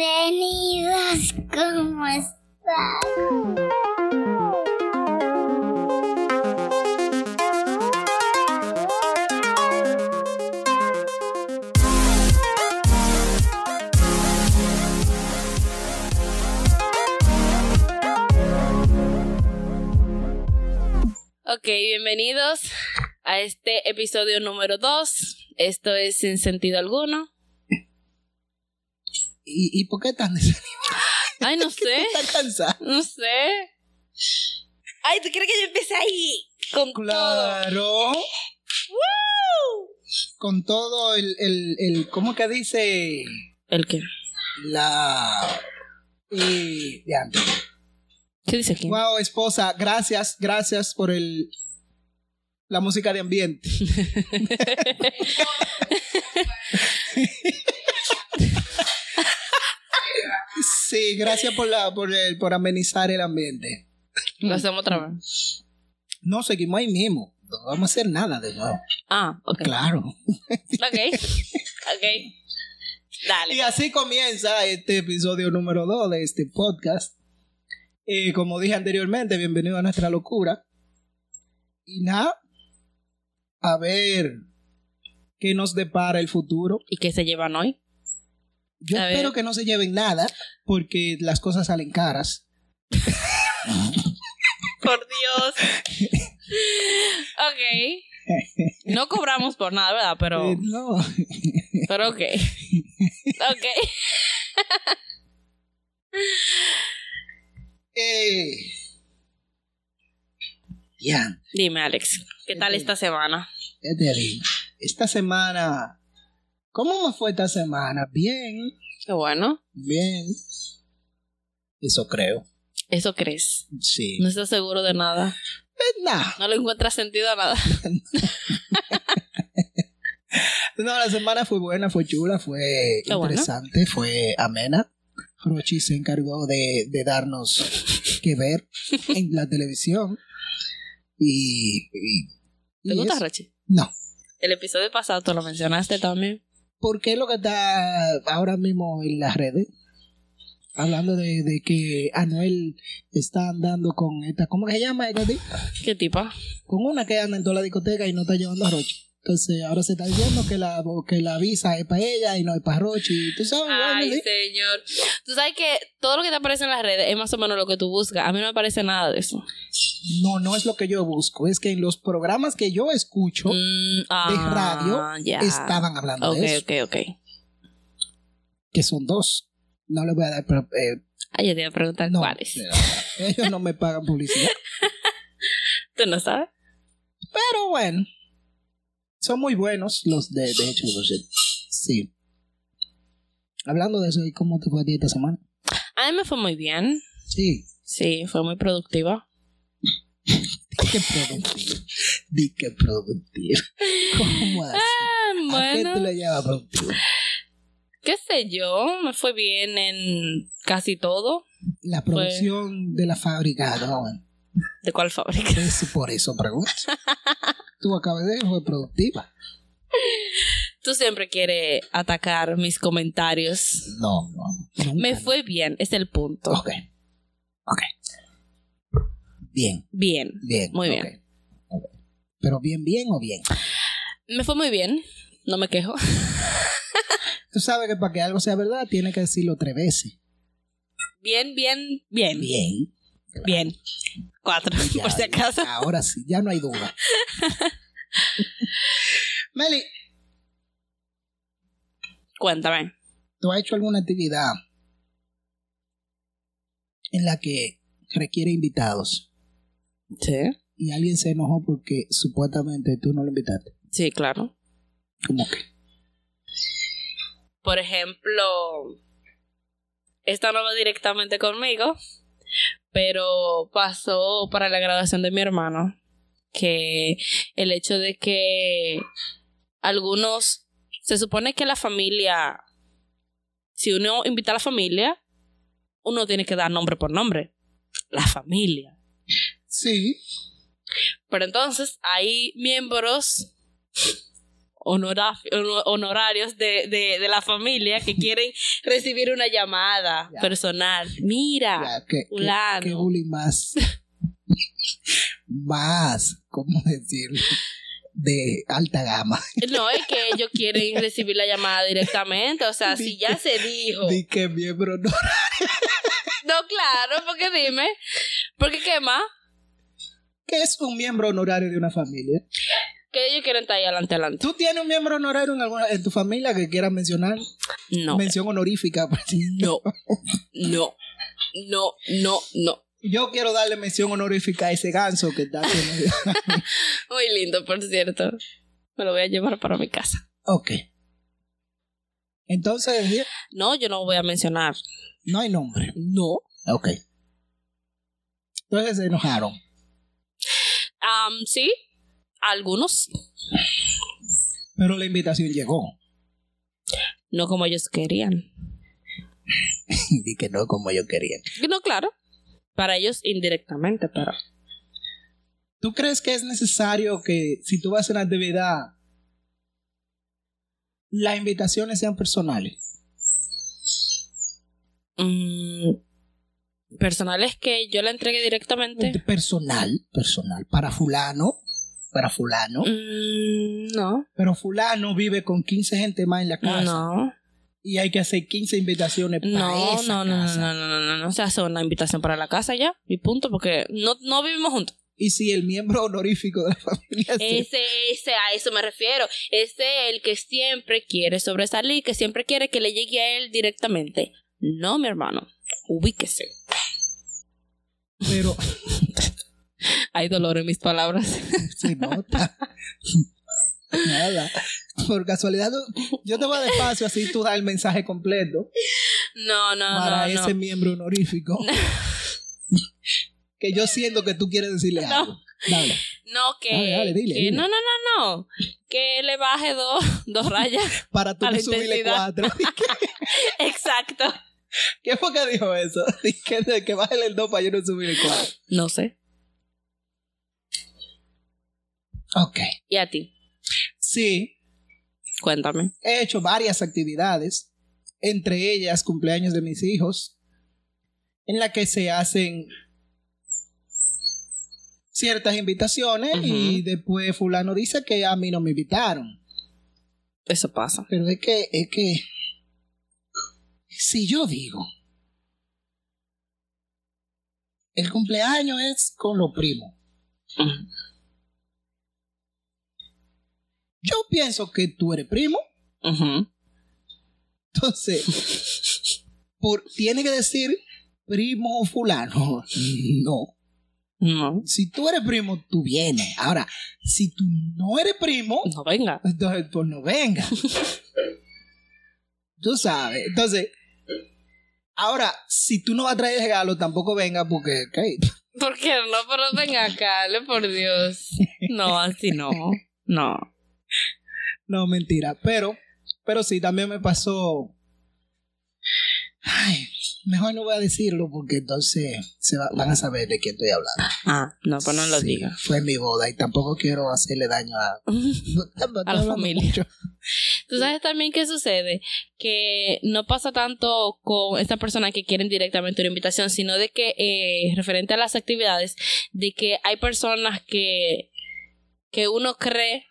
Bienvenidos, ¿cómo están? Ok, bienvenidos a este episodio número 2. Esto es sin sentido alguno. ¿Y, y por qué tan desanimado? Ay, no ¿Tú sé, estás cansado? no sé. Ay, ¿tú quieres que yo empiece ahí con todo? Claro. Con todo el, el, el, ¿cómo que dice? ¿El qué? La... Eh, de antes. ¿Qué dice aquí? Wow, esposa, gracias, gracias por el... La música de ambiente. Sí, gracias por la, por el, por amenizar el ambiente. Lo hacemos otra vez. No seguimos ahí mismo. No vamos a hacer nada de nuevo. Ah, ok. Claro. Ok, ok. Y Dale. así comienza este episodio número 2 de este podcast. Eh, como dije anteriormente, bienvenido a nuestra locura. Y nada, a ver qué nos depara el futuro. ¿Y qué se llevan hoy? Yo A espero ver. que no se lleven nada, porque las cosas salen caras. Por Dios. Ok. No cobramos por nada, ¿verdad? Pero, Eh, no. pero ok. Ok. Eh. Ian, Dime, Alex, ¿qué tal esta semana? ¿qué te digo? Esta semana, ¿cómo me fue esta semana? Bien, Qué bueno. bien. Eso creo. Eso crees. Sí. No estás seguro de nada. Eh, nah. No le encuentras sentido a nada. No, la semana fue buena, fue chula, fue Está bueno. interesante, fue amena. Rochi se encargó de, de darnos que ver en la televisión. Y. y- ¿Te y gusta, eso. Rochi? No. El episodio pasado tú lo mencionaste también. ¿Por qué lo que está ahora mismo en las redes? Hablando de, de que Anuel está andando con esta. ¿Cómo que se llama? esta tipa? ¿Qué tipa? con una que anda en toda la discoteca y no está llevando a Rochi. Entonces ahora se está diciendo que la, que la visa es para ella y no es para Rochi. ¿Tú sabes? Ay, bueno, sí. señor. Tú sabes que todo lo que te aparece en las redes es más o menos lo que tú buscas. A mí no me parece nada de eso. No, no es lo que yo busco. Es que en los programas que yo escucho Mm, de ah, radio ya. estaban hablando Ok, de eso, ok, ok. que son dos. No les voy a dar... pero, eh, Ay, yo te iba a preguntar no, cuáles. ellos no me pagan publicidad. ¿Tú no sabes? Pero bueno, son muy buenos los de, de hecho. Los de- sí. Hablando de eso, ¿y cómo te fue a ti esta semana? A mí me fue muy bien. Sí. Sí, fue muy productiva. Di que productivo. Di que productivo. ¿Cómo así? Ah, ¿A qué tú bueno, le llamas productivo? qué sé yo. Me fue bien en casi todo. La producción de la fábrica, no, ¿De cuál fábrica? es por eso pregunto. Tú acabas de decir fue productiva. Tú siempre quieres atacar mis comentarios. No, no. nunca, Me no. fue bien, es el punto. Ok. Ok. Bien, Bien. bien. Muy bien. ok, ok. Pero bien, bien o bien. Me fue muy bien, no me quejo. Tú sabes que para que algo sea verdad tiene que decirlo tres veces. Bien, bien, bien. Bien. Bien. Cuatro, Ya, por si acaso. Ahora sí, ya no hay duda. Meli, Cuéntame. ¿tú has hecho alguna actividad en la que requiere invitados Sí. y alguien se enojó porque supuestamente tú no lo invitaste? Sí, claro. ¿Cómo que? Por ejemplo, esta no va directamente conmigo, pero pasó para la graduación de mi hermano que el hecho de que algunos se supone que la familia si uno invita a la familia uno tiene que dar nombre por nombre la familia Sí. pero entonces hay miembros honora- hono- honorarios de, de, de la familia que quieren recibir una llamada Ya. personal. Mira, Ya, que, que, Ah, fulano. que bullying más. más, ¿cómo decirlo? De alta gama. no es que ellos quieren recibir la llamada directamente, o sea, si ya se dijo. Di que miembro no. No, claro, porque dime, porque qué más, ¿Qué es un miembro honorario de una familia? que ellos quieren estar ahí adelante, adelante. ¿Tú tienes un miembro honorario en, alguna, en tu familia que quieras mencionar? No, Mención honorífica. pues. no, no, no, no, no. Yo quiero darle mención honorífica a ese ganso que está haciendo. Muy lindo, por cierto. Me lo voy a llevar para mi casa. ok. Entonces, di- No, yo no voy a mencionar. no hay nombre. No. Ok. Entonces se enojaron. Am, sí, algunos Pero la invitación llegó. no como ellos querían. Di que no como yo quería. No, claro. Para ellos indirectamente, pero. ¿Tú crees que es necesario que si tú vas a una actividad, las invitaciones sean personales? mm, personales que yo la entregué directamente. Personal, personal. Para fulano, para fulano. Mm, no, Pero fulano vive con 15 gente más en la casa. no, Y hay que hacer 15 invitaciones para no, esa no, no, no, casa. no, no, no, no, no. Se hace una invitación para la casa ya y punto, porque no, no vivimos juntos. Y si el miembro honorífico de la familia... se- Ese, ese, a eso me refiero. Ese el que siempre quiere sobresalir, que siempre quiere que le llegue a él directamente. No, mi hermano, ubíquese. Pero Hay dolor en mis palabras. se nota. Nada. Por casualidad, yo te voy despacio, así tú das el mensaje completo No, no, para no, no. ese miembro honorífico. que yo siento que tú quieres decirle No. algo. Dale. No, que, Dale, dale, dile, que- dile. no, no, no, no. Que le baje dos, dos rayas. Para tú A la no subirle intensidad. cuatro. Exacto. ¿Qué fue que dijo eso? Que, que bájale el dos para yo no subirle cuatro. No sé. Ok. ¿Y a ti? Sí, Cuéntame. he hecho varias actividades, entre ellas cumpleaños de mis hijos, en la que se hacen ciertas invitaciones y Ujú. después fulano dice que a mí no me invitaron. Eso pasa. Pero es que, es que, si yo digo, el cumpleaños es con los primos. Ujú. Yo pienso que tú eres primo, Ujú. entonces, por, tiene que decir primo o fulano. No. No. si tú eres primo, tú vienes. Ahora, si tú no eres primo, No venga. entonces pues no venga. tú sabes. Entonces, ahora, si tú no vas a traer regalo, tampoco venga porque, ok, ¿Por qué no? Pero venga acá, Ale, por Dios. No, así no. No. no, mentira. Pero, pero sí, también me pasó. Ay, mejor no voy a decirlo porque entonces se va- van a saber de quién estoy hablando. Ah, no, pues no lo Sí, digas. Fue mi boda y tampoco quiero hacerle daño a, A la familia. Tú sabes también qué sucede, que no pasa tanto con estas personas que quieren directamente una invitación, sino de que, eh, referente a las actividades, de que hay personas que, que uno cree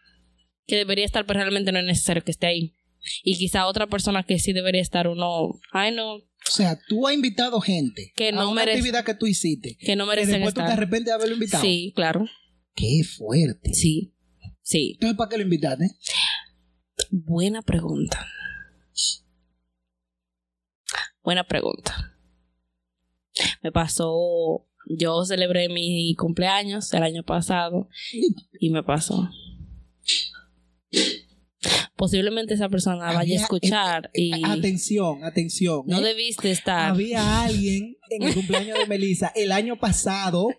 que debería estar, pero realmente no es necesario que esté ahí. Y quizá otra persona que sí debería estar, uno, ay no, O sea, tú has invitado gente Que a no una merece- actividad que tú hiciste. que no Que merecen después tú te estar. arrepientes de haberlo invitado. Sí, claro, Qué fuerte. sí, sí. Entonces, ¿para qué lo invitaste? Buena pregunta. Buena pregunta. Me pasó, yo celebré mi cumpleaños el año pasado y me pasó. Posiblemente esa persona vaya Había- a escuchar y Atención, atención. no ¿eh? debiste estar. Había alguien en el cumpleaños de Melissa el año pasado.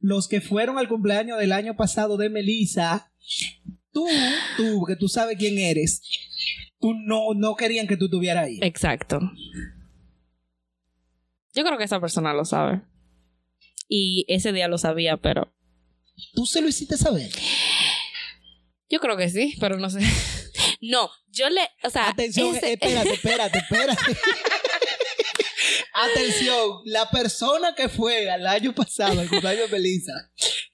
Los que fueron al cumpleaños del año pasado de Melissa, tú, tú, que tú sabes quién eres, tú no, no querían que tú estuvieras ahí. Exacto. Yo creo que esa persona lo sabe. Y ese día lo sabía, pero Tú se lo hiciste saber. yo creo que sí, pero no sé. No, yo le, o sea, Atención, eh, ese- espérate, espérate, espérate. Atención, la persona que fue al año pasado, al cumpleaños de Melissa,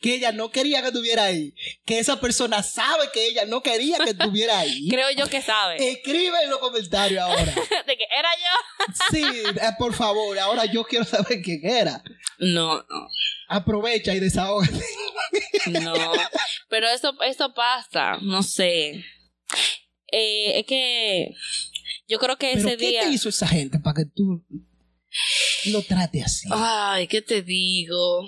que ella no quería que estuviera ahí, que esa persona sabe que ella no quería que estuviera ahí. creo yo que Eh. sabe. Escribe en los comentarios ahora. De que era yo. Sí, eh, por favor, ahora yo quiero saber quién era. No, no, Aprovecha y desahógate. no. Pero eso, eso pasa, no sé. Eh, es que yo creo que ¿Pero ese qué día. te hizo esa gente para que tú lo trates así? Ah. Ay, ¿qué te digo?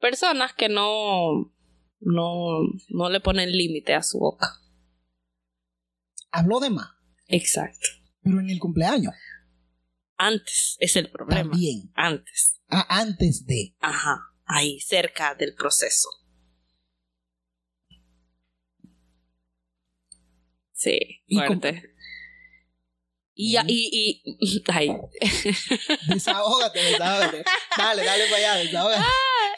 Personas que no, no, no le ponen límite a su boca. Habló de más, Exacto. pero en el cumpleaños. Antes es el problema. También, Antes. a- antes de. Ajá. Ahí, cerca del proceso. Sí, Y con- fuerte. Y, ya- y, y, ay. Desahógate, desahógate. Dale, dale para allá, desahógate.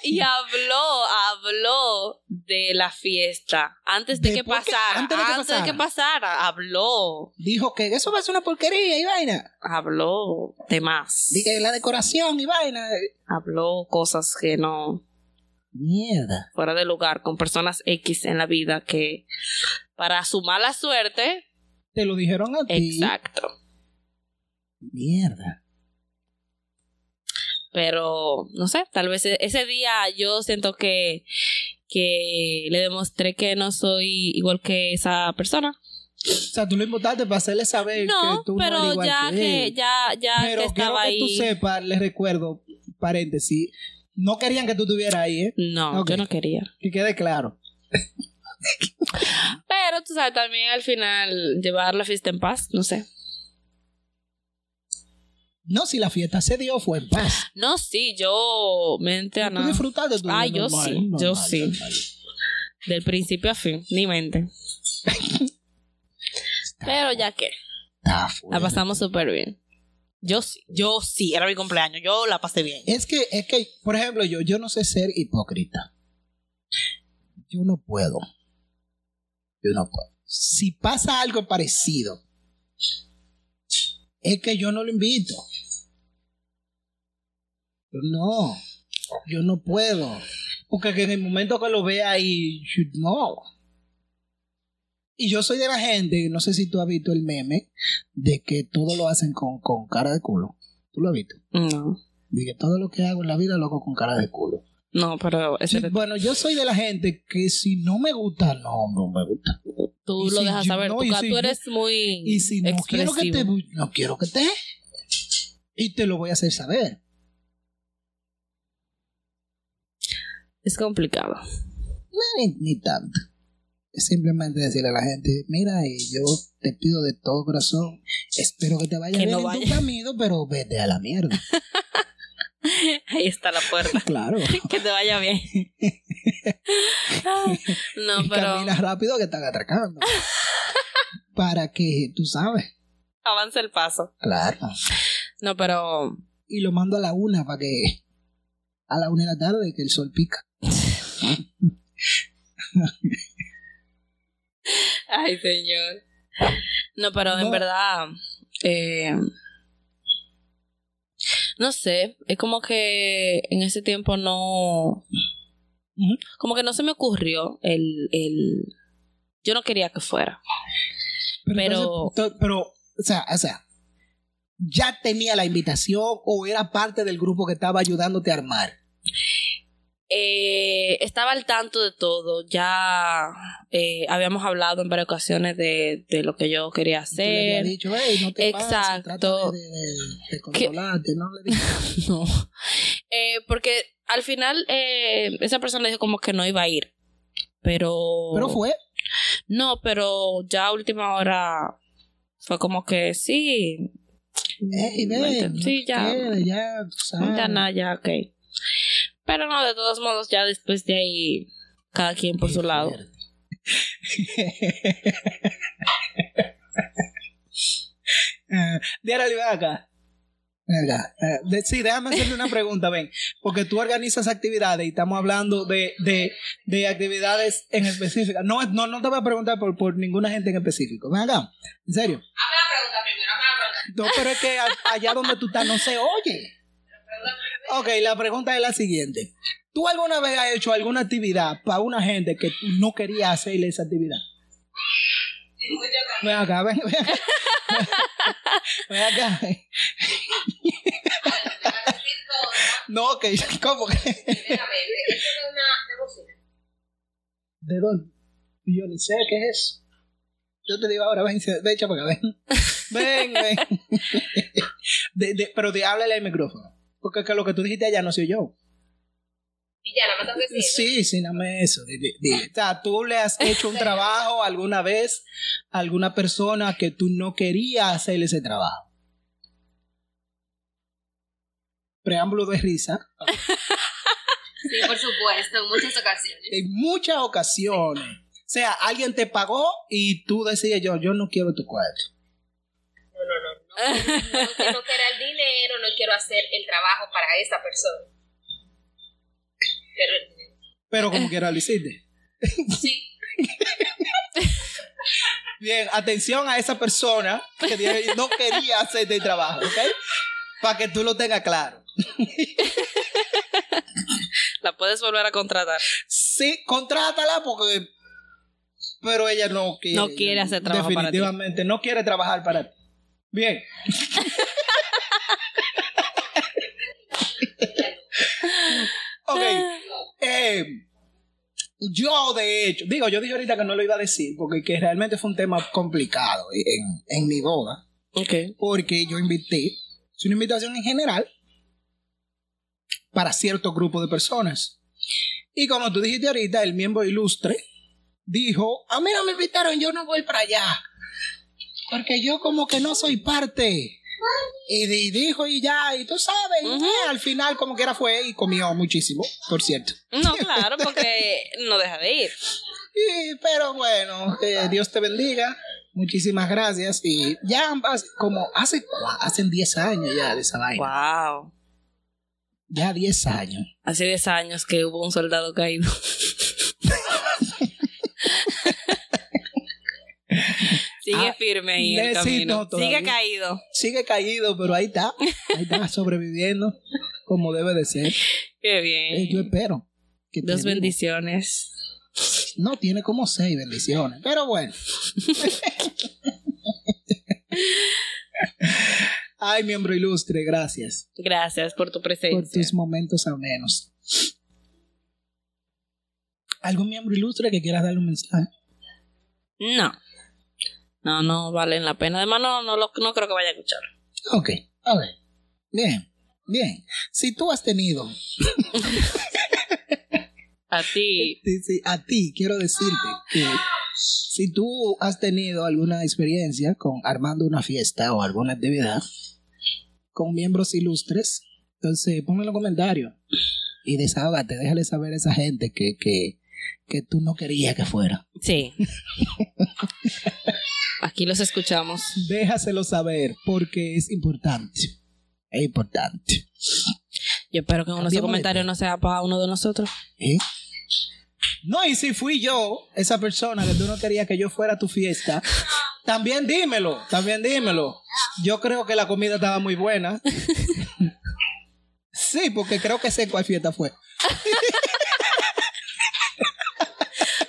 y habló, habló de la fiesta. Antes de, que Después que- pasara. antes de que pasara. pasara, habló. Dijo que eso va a ser una porquería y vaina. Habló de más. Dije la decoración y vaina. Habló cosas que no. Mierda. Fuera de lugar con personas X en la vida que, para su mala suerte. Te lo dijeron a ti. Exacto. Mierda. Pero, no sé, tal vez e- ese día yo siento que, que le demostré que no soy igual que esa persona. O sea, tú lo importante para hacerle saber No, Eh, que tú no eres pero igual ya que, que, él. ya, ya que Pero quiero estaba que tú ahí. sepas, les recuerdo, paréntesis, no querían que tú estuvieras ahí, ¿eh? No, Ok. yo no quería. Que quede claro. Pero tú sabes, también al final llevar la fiesta en paz, no sé. No, si la fiesta se dio, fue en paz. No, sí, yo mente a Tú nada. disfrutaste de tu Ah, vida yo normal, sí, normal, yo sí. normal. Del principio a fin, ni mente. Pero ya que, Está la fuerte. pasamos súper bien. Yo sí, yo sí, era mi cumpleaños, yo la pasé bien. Es que, es que, por ejemplo, yo, yo no sé ser hipócrita. Yo no puedo. Yo no puedo. Si pasa algo parecido, es que yo no lo invito. No, yo no puedo. Porque que en el momento que lo vea ahí, yo- no. Y yo soy de la gente, no sé si tú has visto el meme, de que todo lo hacen con, con cara de culo. ¿Tú lo has visto? No, Dije, todo lo que hago en la vida lo hago con cara de culo. no, pero ese Sí, eres- bueno, yo soy de la gente que si no me gusta, no, no me gusta. tú y lo si dejas yo- saber, no, tú, y ca- si tú yo- eres muy Y si no expresivo. quiero que te... bu- No quiero que te... Y te lo voy a hacer saber. Es complicado. Ni, ni tanto. Es simplemente decirle a la gente, mira, eh, yo te pido de todo corazón, espero que te vaya Que bien no en tu vaya. camino, pero vete a la mierda. Ahí está la puerta. claro. que te vaya bien. no, Y pero Camina rápido que están atracando. Para que tú sabes. avanza el paso. Claro. No, pero y lo mando a la una para que a la una de la tarde que el sol pica. Ay, señor. No, pero en No. verdad. eh, no sé. Es como que en ese tiempo no. Ujú. Como que no se me ocurrió el. el yo no quería que fuera. Pero- entonces, to- pero, o sea, o sea, ya tenía la invitación o era parte del grupo que estaba ayudándote a armar. Eh, estaba al tanto de todo. Ya eh, habíamos hablado en varias ocasiones de, de lo que yo quería Tú le habías hacer. dicho, "Ey, no te pases, trata Exacto. de, de- de- de controlarte", ¿no? Le dije, No. Eh, porque al final eh, esa persona dijo como que no iba a ir. Pero. Pero fue, No, pero ya a última hora fue como que sí. "Ey, ven, no sí, te ya. quedes, ya, tú sabes". Ya nada, ya, ok. Pero no, de todos modos, ya después de ahí, cada quien por Qué su lado. fuerte. Eh, Diana, ven Mm, acá. Venga, eh, de- sí, déjame hacerte una pregunta, ven, porque tú organizas actividades y estamos hablando de, de, de actividades en específico. No, no, no te voy a preguntar por, por ninguna gente en específico. Ven acá, en serio. Hazme la pregunta primero, hazme la pregunta. No, pero es que a- allá donde tú estás no se oye. Ok, la pregunta es la siguiente. ¿Tú alguna vez has hecho alguna actividad para una gente que tú no querías hacerle esa actividad? Ven acá, ven, ven acá. Ven acá. No, ok, ¿cómo que? Mira, baby, esto no es una de cocina. ¿De dónde? Y yo ni sé qué es eso. Yo te digo ahora, ven, se- ven, echa para acá, ven. Ven, ven. De- de- pero de, háblale al micrófono. Porque es que lo que tú dijiste allá no soy yo. Y ya, la matas que sí. Sí, sí, nada más eso. di- di- di. O sea, tú le has hecho un trabajo alguna vez a alguna persona que tú no querías hacerle ese trabajo. Preámbulo de risa. Sí, por supuesto, en muchas ocasiones. En muchas ocasiones. O sea, alguien te pagó y tú decías, yo, yo no quiero tu cuarto. No, no, no. No, no quiero que era el dinero, no quiero hacer el trabajo para esa persona. Pero, Pero como quiera lo hiciste. sí, Bien, atención a esa persona que di- no quería hacer este trabajo, ¿ok? Para que tú lo tengas claro. La puedes volver a contratar. Sí, contrátala porque. Pero ella no quiere. No quiere hacer trabajo para ti. Definitivamente, no quiere trabajar para ti. Bien. ok. eh, yo, de hecho, digo, yo dije ahorita que no lo iba a decir porque que realmente fue un tema complicado en, en mi boda. Ok. Porque yo invité, es una invitación en general para cierto grupo de personas. Y como tú dijiste ahorita, el miembro ilustre dijo, a mí no me invitaron, yo no voy para allá. Porque yo como que no soy parte. Y di- dijo y ya, y tú sabes, y Ujú. al final como que era fue y comió muchísimo, por cierto. No, claro, porque no deja de ir. Y- pero bueno, eh, Dios te bendiga. Muchísimas gracias. Y ya ambas, como hace cua- hacen 10 años ya de esa vaina. Wow. Ya 10 años. Hace 10 años que hubo un soldado caído. Sigue Ah, firme ahí el necesito camino. todavía. Sigue caído. Sigue caído, pero ahí está. Ahí está sobreviviendo como debe de ser. Qué Eh, yo bien. espero. que esté Dos vivo. bendiciones. No, tiene como seis bendiciones. Pero bueno. Ay, miembro ilustre, gracias Gracias por tu por presencia. tus momentos al menos. ¿Algún miembro ilustre que quieras darle un mensaje? No. No, no valen la pena. Además, no, no, lo- no creo que vaya a escuchar. Ok, a ver. Bien, bien. Si tú has tenido, A ti. si- si- a ti quiero decirte que si tú has tenido alguna experiencia con armando una fiesta o alguna actividad con miembros ilustres, entonces ponme en los comentarios y deshágate, déjale saber a esa gente que, que, que tú no querías que fuera. Sí. Aquí los escuchamos. Déjaselo saber porque es importante. Es importante. Yo espero que uno de esos Cambiemos de comentarios no sea para uno de nosotros. ¿Eh? No, y si fui yo, esa persona que tú no querías que yo fuera a tu fiesta, también dímelo, también dímelo. Yo creo que la comida estaba muy buena. Sí, porque creo que sé cuál fiesta fue.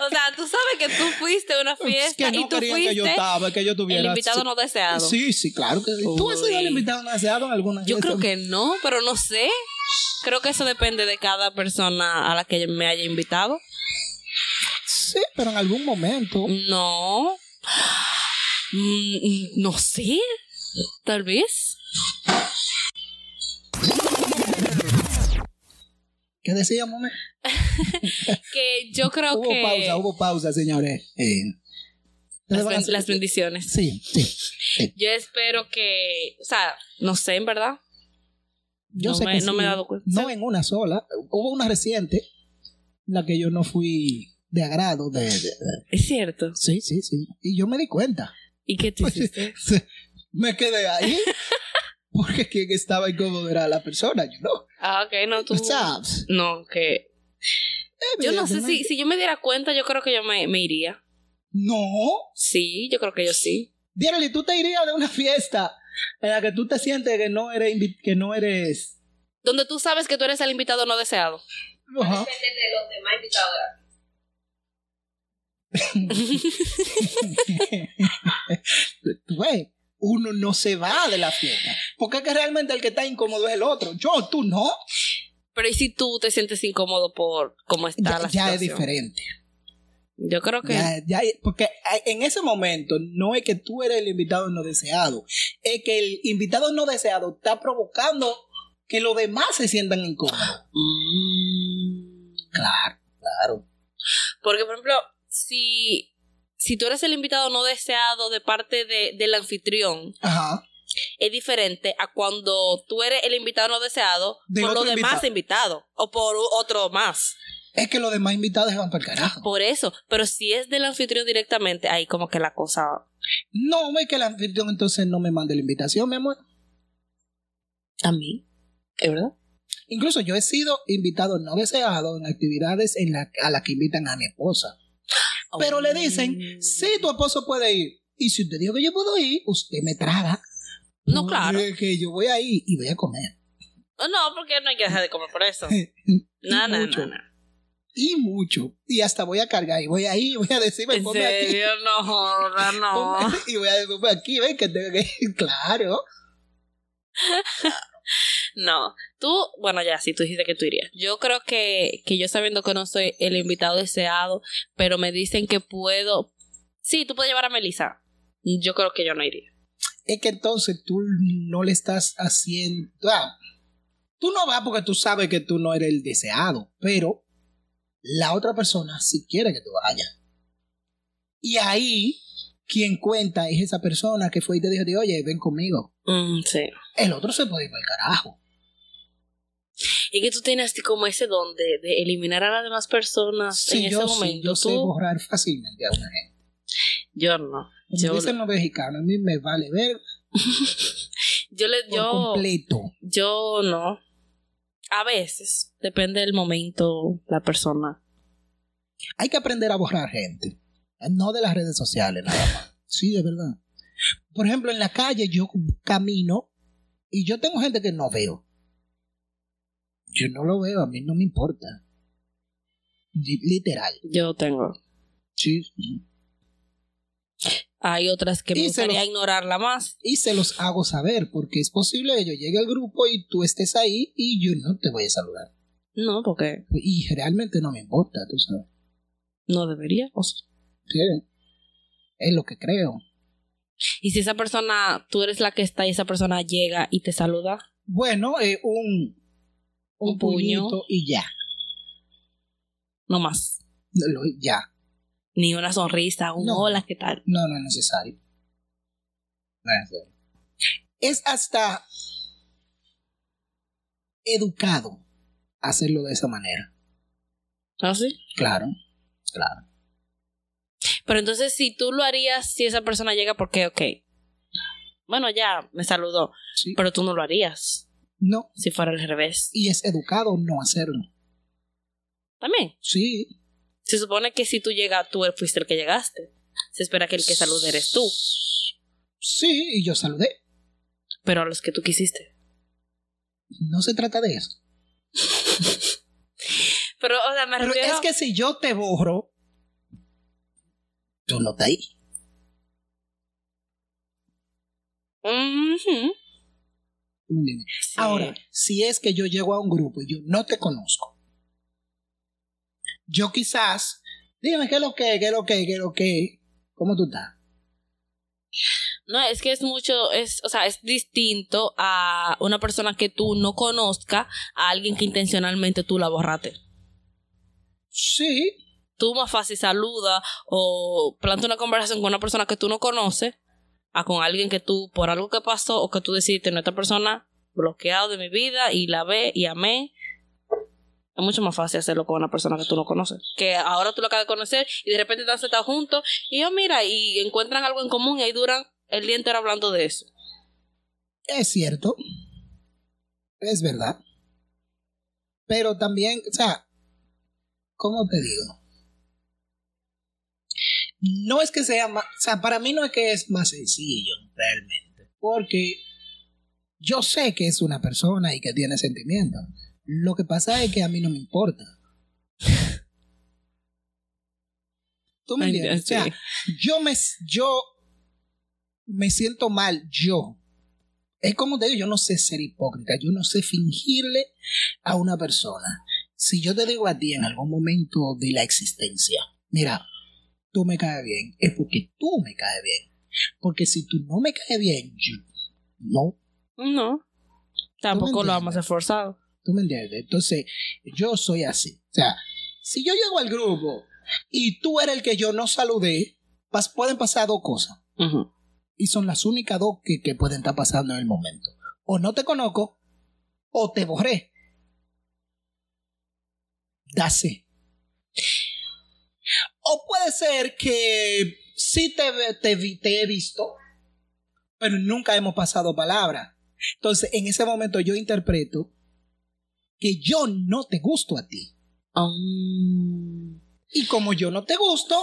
O sea, tú sabes que tú fuiste a una Es fiesta que y no tú querían fuiste que yo estaba, que yo tuviera. el invitado no deseado. Sí, sí, claro que sí. ¿Tú has sido el Uy. invitado no deseado en alguna Yo creo fiesta? que no, pero no sé. Creo que eso depende de cada persona a la que me haya invitado. Sí, pero en algún momento. No. Mm, No sé. Tal vez. ¿Qué decíamos? me? Que yo creo Hubo que pausa, hubo pausa, señores. Eh, las, ustedes van a ben- hacer- las bendiciones. Sí, sí. Yo espero que, o sea, no sé en verdad. Yo no sé me, que no sí. me he dado cuenta. No en una sola. Hubo una reciente, en la que yo no fui de agrado. De, de- de- Es cierto. Sí, sí, Pues sí. Y yo me di cuenta. ¿Y qué tú hiciste? Me quedé ahí. Porque quien estaba incómodo era la persona, yo no. Ah, ok, no, tú. What's up? No, que. Yo no sé si, si yo me diera cuenta, yo creo que yo me, me iría. No. Sí, yo creo que yo sí. Diarly, tú te irías de una fiesta en la que tú te sientes que no eres. invi- Que no eres... Donde tú sabes que tú eres el invitado no deseado. Ajá. Depende de los demás invitados. Tú ves, uno no se va de la fiesta. Porque es que realmente el que está incómodo es el otro. Yo, tú no. Pero ¿y si tú te sientes incómodo por cómo está Ya, la ya situación? es diferente. Yo creo que Ya- ya es- porque a- en ese momento no es que tú eres el invitado no deseado. Es que el invitado no deseado está provocando que los demás se sientan incómodos. Mm. Claro, claro. Porque, por ejemplo, si, si tú eres el invitado no deseado de parte de- del anfitrión, Ajá. es diferente a cuando tú eres el invitado no deseado De por otro los demás invitados o por u- otro más. Es que los demás invitados se van para el carajo. Por eso. Pero si es del anfitrión directamente, ahí como que la cosa No, es que el anfitrión entonces no me mande la invitación, mi amor. también. ¿Es verdad? Incluso yo he sido invitado no deseado en actividades en la- a las que invitan a mi esposa. Oh. Pero le dicen, sí, tu esposo puede ir. Y si usted dijo que yo puedo ir, usted me traga. No, claro. Que yo voy ahí y voy a comer. Oh, no, porque no hay que dejar de comer por eso. No, no, mucho. no, no. Y mucho. Y hasta voy a cargar y voy ahí y voy a decirme, En ponme aquí. serio, Ah. no, joda, no. ponme- Y voy a decirme aquí, ven que tengo que ir. Claro. No, tú, bueno, ya sí, tú dijiste que tú irías. Yo creo que, que yo sabiendo que no soy el invitado deseado, pero me dicen que puedo. Sí, tú puedes llevar a Melissa. Yo creo que yo no iría. Es que entonces tú no le estás haciendo... ah, tú no vas porque tú sabes que tú no eres el deseado, pero la otra persona sí quiere que tú vayas. Y ahí quien cuenta es esa persona que fue y te dijo, de, oye, ven conmigo. Mm, sí. El otro se puede ir para el carajo. Y que tú tienes así como ese don de, de eliminar a las demás personas Sí, Ah, en yo, ese sí, momento. yo sé tú, borrar fácilmente a una gente. yo no. Como Yo, dicen los mexicanos, a mí me vale ver yo le, por yo, completo. yo no. A veces, depende del momento, la persona. Hay que aprender a borrar gente. No de las redes sociales, nada más. Sí, de verdad. Por ejemplo, en la calle yo camino y yo tengo gente que no veo. Yo no lo veo, a mí no me importa. Li- Literal. Yo tengo. Sí. Hay otras que me Y se gustaría los- ignorarla más. Y se los hago saber porque es posible que yo llegue al grupo y tú estés ahí y yo no te voy a saludar. No, porque Y realmente no me importa, tú sabes. no debería. o sea. Sí. Es lo que creo. Y si esa persona, tú eres la que está y esa persona llega y te saluda, Bueno, eh, un, un, Un puño. puñito y ya. no más. Lo- ya. Ni una sonrisa, un No. hola, ¿qué tal? No, no es necesario. No es necesario. Es hasta educado hacerlo de esa manera. ¿Ah, sí? Claro, claro. Pero entonces, si tú lo harías, si esa persona llega, porque, ok, bueno, ya me saludó, Sí. pero tú no lo harías No, si fuera al revés. y es educado no hacerlo. También, Sí. se supone que si tú llegas, tú fuiste el que llegaste. Se espera que el que salude eres tú, Sí, y yo saludé. pero a los que tú quisiste. No se trata de eso. Pero, o sea, me Pero refiero... es que si yo te borro, tú no estás ahí. Ujú. ¿Me entiendes? Sí. Ahora, si es que yo llego a un grupo y yo no te conozco, yo quizás, dígame qué es lo que, qué es lo que, qué es lo que, ¿cómo tú estás? No, es que es mucho, es, o sea, es distinto a una persona que tú no conozca a alguien que intencionalmente tú la borraste. Sí, Tú más fácil saluda o planta una conversación con una persona que tú no conoces a con alguien que tú, por algo que pasó o que tú decidiste, no, esta persona bloqueado de mi vida y la ve y amé. Es mucho más fácil hacerlo con una persona que tú no conoces. Que ahora tú lo acabas de conocer y de repente están sentados juntos "Oh, y yo mira y encuentran algo en común y ahí duran el día entero hablando de eso. es cierto, es verdad, pero también, o sea, ¿cómo te digo? No es que sea más, o sea, para mí no es que es más sencillo realmente, porque yo sé que es una persona y que tiene sentimientos. Lo que pasa es que a mí no me importa. ¿Tú me Ay, entiendes? ya O sea, sé. yo me, yo me siento mal, yo. Es como te digo, yo no sé ser hipócrita, yo no sé fingirle a una persona. Si yo te digo a ti en algún momento de la existencia, mira, tú me caes bien, es porque tú me caes bien. Porque si tú no me caes bien, yo no No. Tampoco lo hemos entiendes? esforzado. ¿Tú me entiendes? Entonces, yo soy así. O sea, si yo llego al grupo y tú eres el que yo no saludé, pas- pueden pasar dos cosas. Ujú. Y son las únicas dos que, que pueden estar pasando en el momento. O no te conozco, o te borré. Dase. O puede ser que sí te, ve- te, vi- te he visto, pero nunca hemos pasado palabra. Entonces, en ese momento yo interpreto que yo no te gusto a ti. Um, Y como yo no te gusto,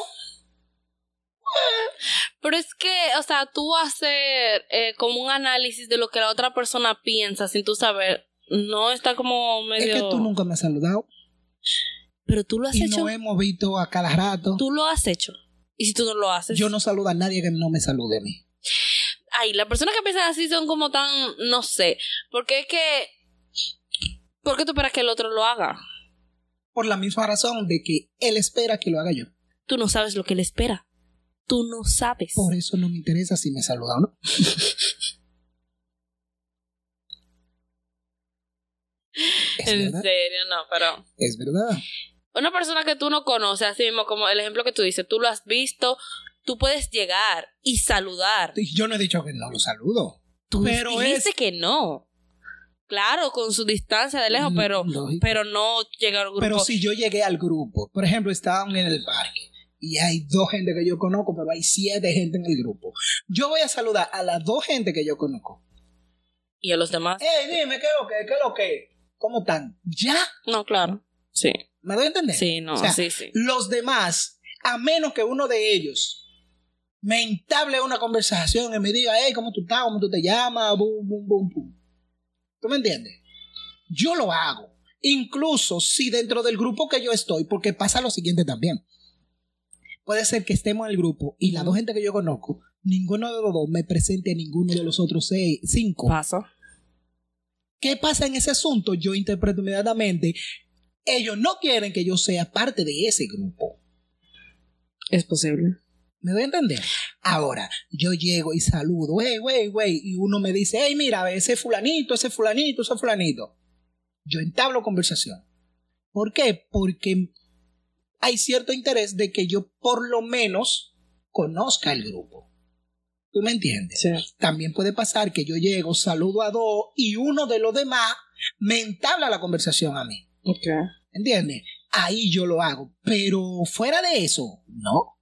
Pero es que, o sea, tú hacer eh, como un análisis de lo que la otra persona piensa sin tú saber, no está como es medio... que tú nunca me has saludado Pero tú lo has y hecho. no hemos visto a cada rato. Tú lo has hecho. Y si tú no lo haces... Yo no saludo a nadie que no me salude a mí. Ay, las personas que piensan así son como tan, no sé, porque es que... ¿Por qué tú esperas que el otro lo haga? Por la misma razón de que él espera que lo haga yo. Tú no sabes lo que él espera. Tú no sabes. Por eso no me interesa si me saluda o no. es, en verdad, serio, no, pero... es verdad. Una persona que tú no conoces, así mismo como el ejemplo que tú dices, tú lo has visto, tú puedes llegar y saludar. Yo no he dicho que no lo saludo. Tú Pero dijiste que no. Claro, con su distancia de lejos, pero, Mm, Lógico. pero no llegar al grupo. Pero si yo llegué al grupo, por ejemplo, estaban en el parque y hay dos gente que yo conozco, pero hay siete gente en el grupo. Yo voy a saludar a las dos gente que yo conozco. Y a los demás. Hey, dime, ¿qué es lo que? ¿Qué es lo que? ¿Cómo están? ¿Ya? No, claro. Sí. ¿Me doy a entender? Sí, no, Eh, O sea, sí, sí. Los demás, a menos que uno de ellos me entable una conversación y me diga, hey, ¿cómo tú estás? ¿Cómo tú te llamas? Bum, bum, bum, bum. ¿Tú me entiendes? Yo lo hago. Incluso si dentro del grupo que yo estoy, porque pasa lo siguiente también. Puede ser que estemos en el grupo y las Ujú. dos gente que yo conozco, ninguno de los dos me presente a ninguno de los otros seis, cinco. Paso. ¿Qué pasa en ese asunto? Yo interpreto inmediatamente, ellos no quieren que yo sea parte de ese grupo. Es posible. ¿Me voy a entender? Ahora, yo llego y saludo, wey, wey, wey, y uno me dice, hey, mira, ese fulanito, ese fulanito, ese fulanito. Yo entablo conversación. ¿Por qué? Porque hay cierto interés de que yo por lo menos conozca el grupo. ¿Tú me entiendes? Sí. También puede pasar que yo llego, saludo a dos y uno de los demás me entabla la conversación a mí. Ok. ¿Entiendes? Ahí yo lo hago. Pero fuera de eso, no.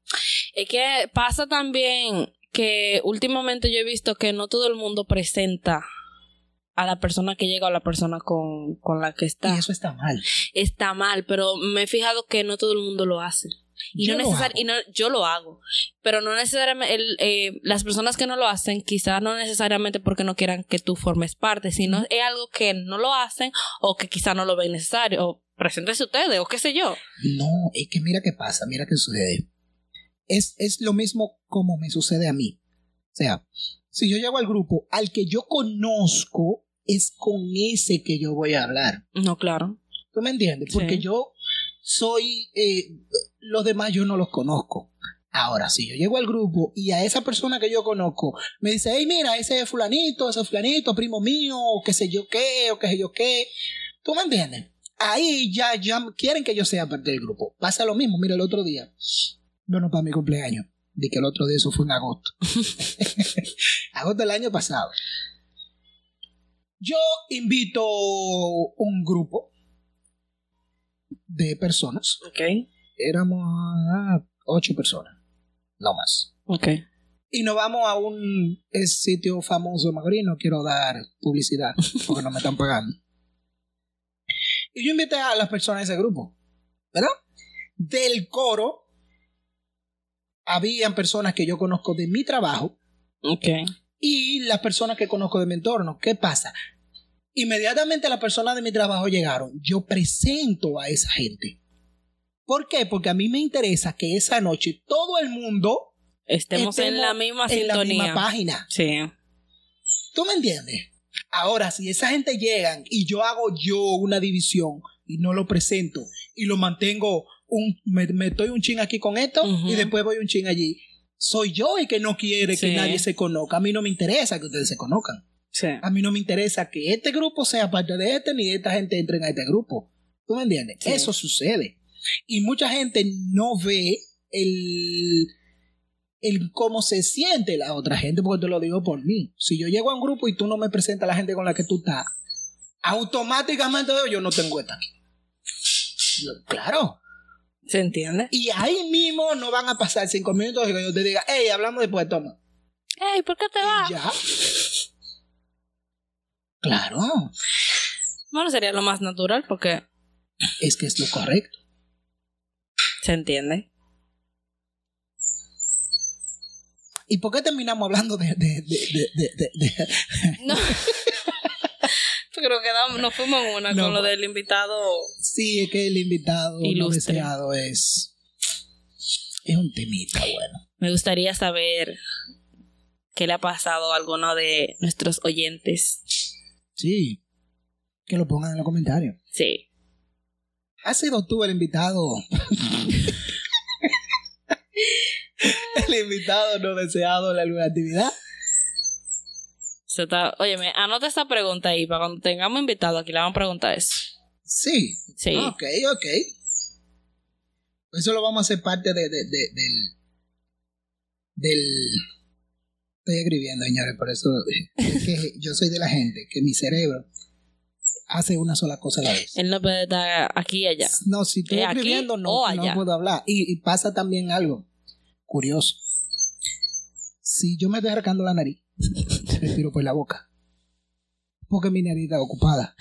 Es que pasa también que últimamente yo he visto que no todo el mundo presenta a la persona que llega o a la persona con, con la que está. Y eso está mal. Está mal, pero me he fijado que no todo el mundo lo hace. Y Yo no lo necesar- hago. y no- yo lo hago, pero no necesariamente, el- eh, las personas que no lo hacen, quizás no necesariamente porque no quieran que tú formes parte, sino es algo que no lo hacen o que quizás no lo ven necesario, o preséntese ustedes, o qué sé yo. No, es que mira qué pasa, mira qué sucede. Es, es lo mismo como me sucede a mí. O sea, si yo llego al grupo, al que yo conozco, es con ese que yo voy a hablar. No, claro. ¿Tú me entiendes? Porque Sí. yo soy, eh, los demás yo no los conozco. Ahora, si yo llego al grupo y a esa persona que yo conozco me dice, hey, mira, ese es fulanito, ese es fulanito, primo mío, o qué sé yo qué, o qué sé yo qué, ¿tú me entiendes? Ahí ya, ya quieren que yo sea parte del grupo. Pasa lo mismo, mira, el otro día, bueno, para mi cumpleaños, de que el otro día eso fue en agosto. agosto del año pasado. Yo invito un grupo de personas. Ok. Éramos ah, ocho personas, no más. Ok. Y nos vamos a un eh, sitio famoso Madrid, no quiero dar publicidad porque no me están pagando. Y yo invité a las personas de ese grupo, ¿verdad? Del coro habían personas que yo conozco de mi trabajo Ok. y las personas que conozco de mi entorno. ¿Qué pasa? Inmediatamente las personas de mi trabajo llegaron. Yo presento a esa gente. ¿Por qué? Porque a mí me interesa que esa noche todo el mundo Estemos, en la misma en la sintonía. misma página. sí. ¿Tú me entiendes? Ahora, si esa gente llegan y yo hago yo una división y no lo presento y lo mantengo, un, me, me estoy un chin aquí con esto Ujú. y después voy un chin allí. Soy yo el que no quiere Sí. que nadie se conozca. A mí no me interesa que ustedes se conozcan. Sí. A mí no me interesa que este grupo sea parte de este ni esta gente entre en este grupo. ¿Tú me entiendes? Sí. Eso sucede. Y mucha gente no ve el, el cómo se siente la otra gente, porque te lo digo por mí. Si yo llego a un grupo y tú no me presentas a la gente con la que tú estás, automáticamente digo, yo no tengo esta aquí. Yo, claro. ¿Se entiende? Y ahí mismo no van a pasar cinco minutos y que yo te diga, hey, hablamos después, toma. Ey, ¿por qué te Y vas? ya. Claro. Bueno, sería lo más natural porque es que es lo correcto. se entiende. ¿Y por qué terminamos hablando de, de, de, de, de- de- de- No. Yo creo que damos- nos fuimos en una No. con lo del invitado. Sí, es que el invitado no Ilustre. deseado es... Es un temita, bueno. Me gustaría saber qué le ha pasado a alguno de nuestros oyentes. Sí. Que lo pongan en los comentarios. Sí. ¿Has sido tú el invitado? el invitado no deseado en la nueva actividad. Eso está- óyeme, anota esa pregunta ahí para cuando tengamos invitado aquí le vamos a preguntar eso. Sí. Sí. Ah, Ok, ok. Eso lo vamos a hacer parte de, de- de- del. Del. Estoy escribiendo, señores, por eso es que yo soy de la gente, que mi cerebro hace una sola cosa a la vez. Él no puede estar aquí y allá. No, si estoy ¿Eh, aquí escribiendo, o no, allá? no puedo hablar. Y, y pasa también algo curioso. Si yo me estoy arrancando la nariz, respiro por la boca. Porque mi nariz está ocupada.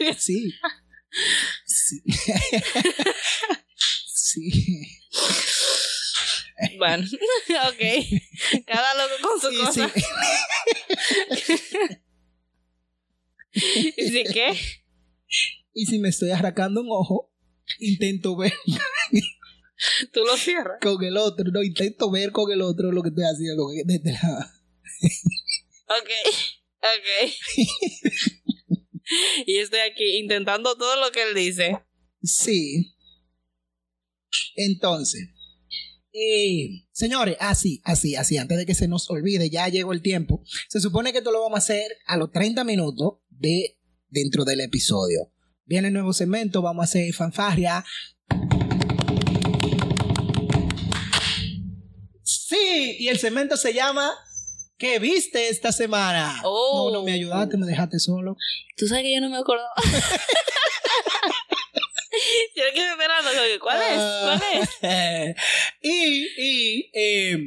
¿En serio? Sí. Sí. sí. Bueno, ok. Cada loco con su Sí, cosa. sí. ¿Y si qué? Y si me estoy arrancando un ojo, intento ver Tú lo cierras. con el otro, no, intento ver con el otro lo que estoy haciendo lo que- desde la- Ok, ok. y estoy aquí intentando todo lo que él dice. Sí. Entonces, eh, señores, así, así, así, antes de que se nos olvide, ya llegó el tiempo. Se supone que esto lo vamos a hacer a los 30 minutos de dentro del episodio. Viene el nuevo segmento, vamos a hacer fanfarria. Sí, y el segmento se llama ¿Qué viste esta semana? Oh. No, no me ayudaste, me dejaste solo. Tú sabes que yo no me acuerdo. yo me quedé esperando. como que, ¿Cuál es? ¿Cuál es? es? Ah. y y, eh,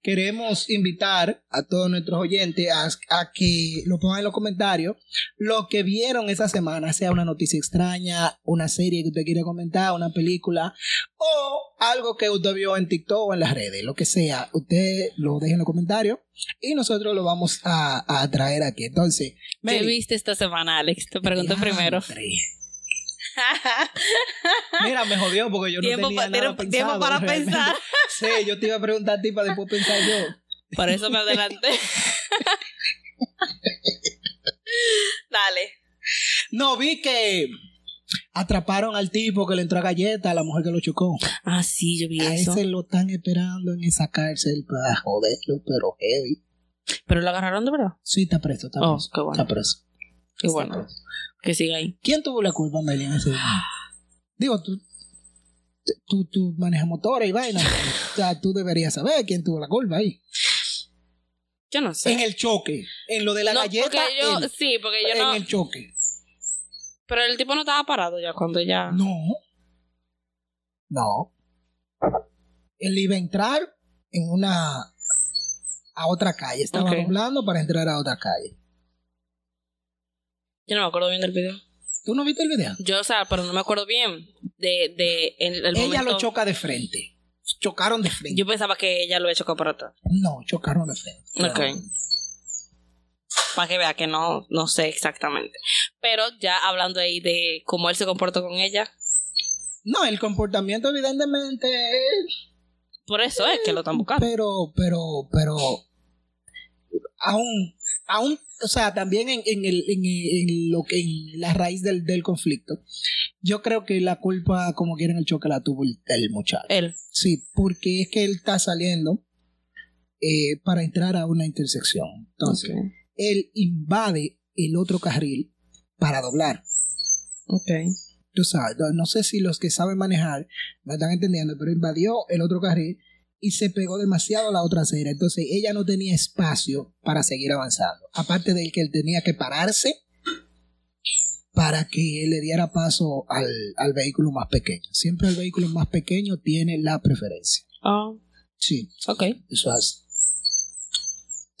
queremos invitar a todos nuestros oyentes a, a que lo pongan en los comentarios lo que vieron esa semana, sea una noticia extraña, una serie que usted quiere comentar, una película o algo que usted vio en TikTok o en las redes, lo que sea. Usted lo deje en los comentarios y nosotros lo vamos a, a traer aquí. Entonces, ¿Qué Mary, viste esta semana, Alex? Te pregunto diantre. primero. Mira, me jodió porque yo tiempo, no tenía pa- nada tiempo- pensado, tiempo para realmente. pensar. Sí, yo te iba a preguntar a ti para después pensar yo. Por eso me adelanté. Dale. No, vi que atraparon al tipo que le entró a galleta a la mujer que lo chocó. Ah, sí, yo vi A eso. ese lo están esperando en esa cárcel para joderlo, pero heavy. Pero lo agarraron de verdad. Sí, está preso, está Oh, preso. qué bueno. Está preso. Qué está bueno. preso. Que siga ahí. ¿Quién tuvo la culpa, Meli, en ese día? Digo, tú, tú, tú manejas motores y vainas. O sea, tú deberías saber quién tuvo la culpa ahí. Yo no sé. En el choque. En lo de la No, galleta. porque yo, él. sí, porque yo en no. el choque. Pero el tipo no estaba parado ya cuando ya. No. No. Él iba a entrar en una. a otra calle. Estaba Ok. doblando para entrar a otra calle. Yo no me acuerdo bien del video. ¿Tú no viste el video? Yo, o sea, pero no me acuerdo bien de, de en el Ella momento- lo choca de frente. Chocaron de frente. Yo pensaba que ella lo había chocado por atrás. No, chocaron de frente. Ok. Para que vea que no, no sé exactamente. Pero ya hablando ahí de cómo él se comportó con ella, No, el comportamiento evidentemente es por eso es que lo están buscando. Pero, pero, pero. Aún, aún, o sea, también en, en el, en, en lo que en la raíz del, del conflicto. Yo creo que la culpa, como quieren el choque, la tuvo el, el muchacho. Él. Sí, porque es que él está saliendo eh, para entrar a una intersección. Entonces, él invade el otro carril para doblar. Ok. Tú sabes, no- no sé si los que saben manejar me están entendiendo, pero invadió el otro carril y se pegó demasiado a la otra acera. Entonces ella no tenía espacio para seguir avanzando. Aparte de que él tenía que pararse para que le diera paso al, al vehículo más pequeño. Siempre el vehículo más pequeño tiene la preferencia. Ah, Sí, ok. eso es así.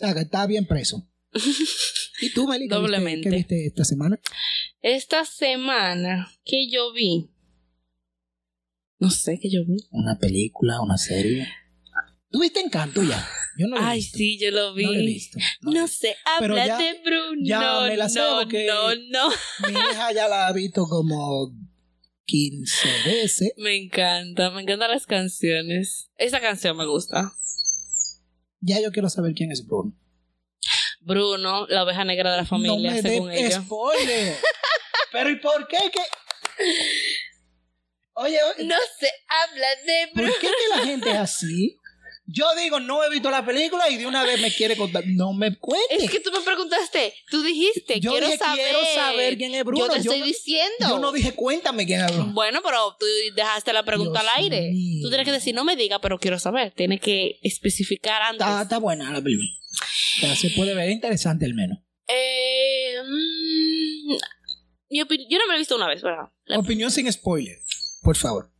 O sea, que está bien preso. ¿Y tú, Meli? qué viste- Doblemente. ¿Qué viste esta semana? Esta semana que yo vi. No sé qué yo vi. una película, una serie. ¿Tuviste Encanto ya? Yo no lo he Ay, visto. sí, yo lo vi. No lo he visto. No lo he No visto. sé, Pero habla ya- de Bruno. ya me la sé no, porque- no, no. Mi hija ya la ha visto como 15 veces. Me encanta, me encantan las canciones. Esa canción me gusta. Ya yo quiero saber quién es Bruno. Bruno, la oveja negra de la familia, no me según dé ellos. spoiler. Pero ¿y por qué que Oye, oye, No se habla de ¿por Bruno. qué que la gente es así? Yo digo, no he visto la película y de una vez me quiere contar. No me cuentes. Es que tú me preguntaste, tú dijiste, yo quiero, dije, saber. quiero saber quién es Bruno. Yo te estoy no, diciendo. yo no dije, cuéntame quién es Bruno. Bueno, pero tú dejaste la pregunta Dios al aire. mío. Tú tienes que decir, no me diga, pero quiero saber. Tienes que especificar antes. Está, está buena la película. O sea, se puede ver interesante al menos. Eh, mm, mi opi- yo no me lo he visto una vez, ¿verdad? La- Opinión sin spoiler, por favor.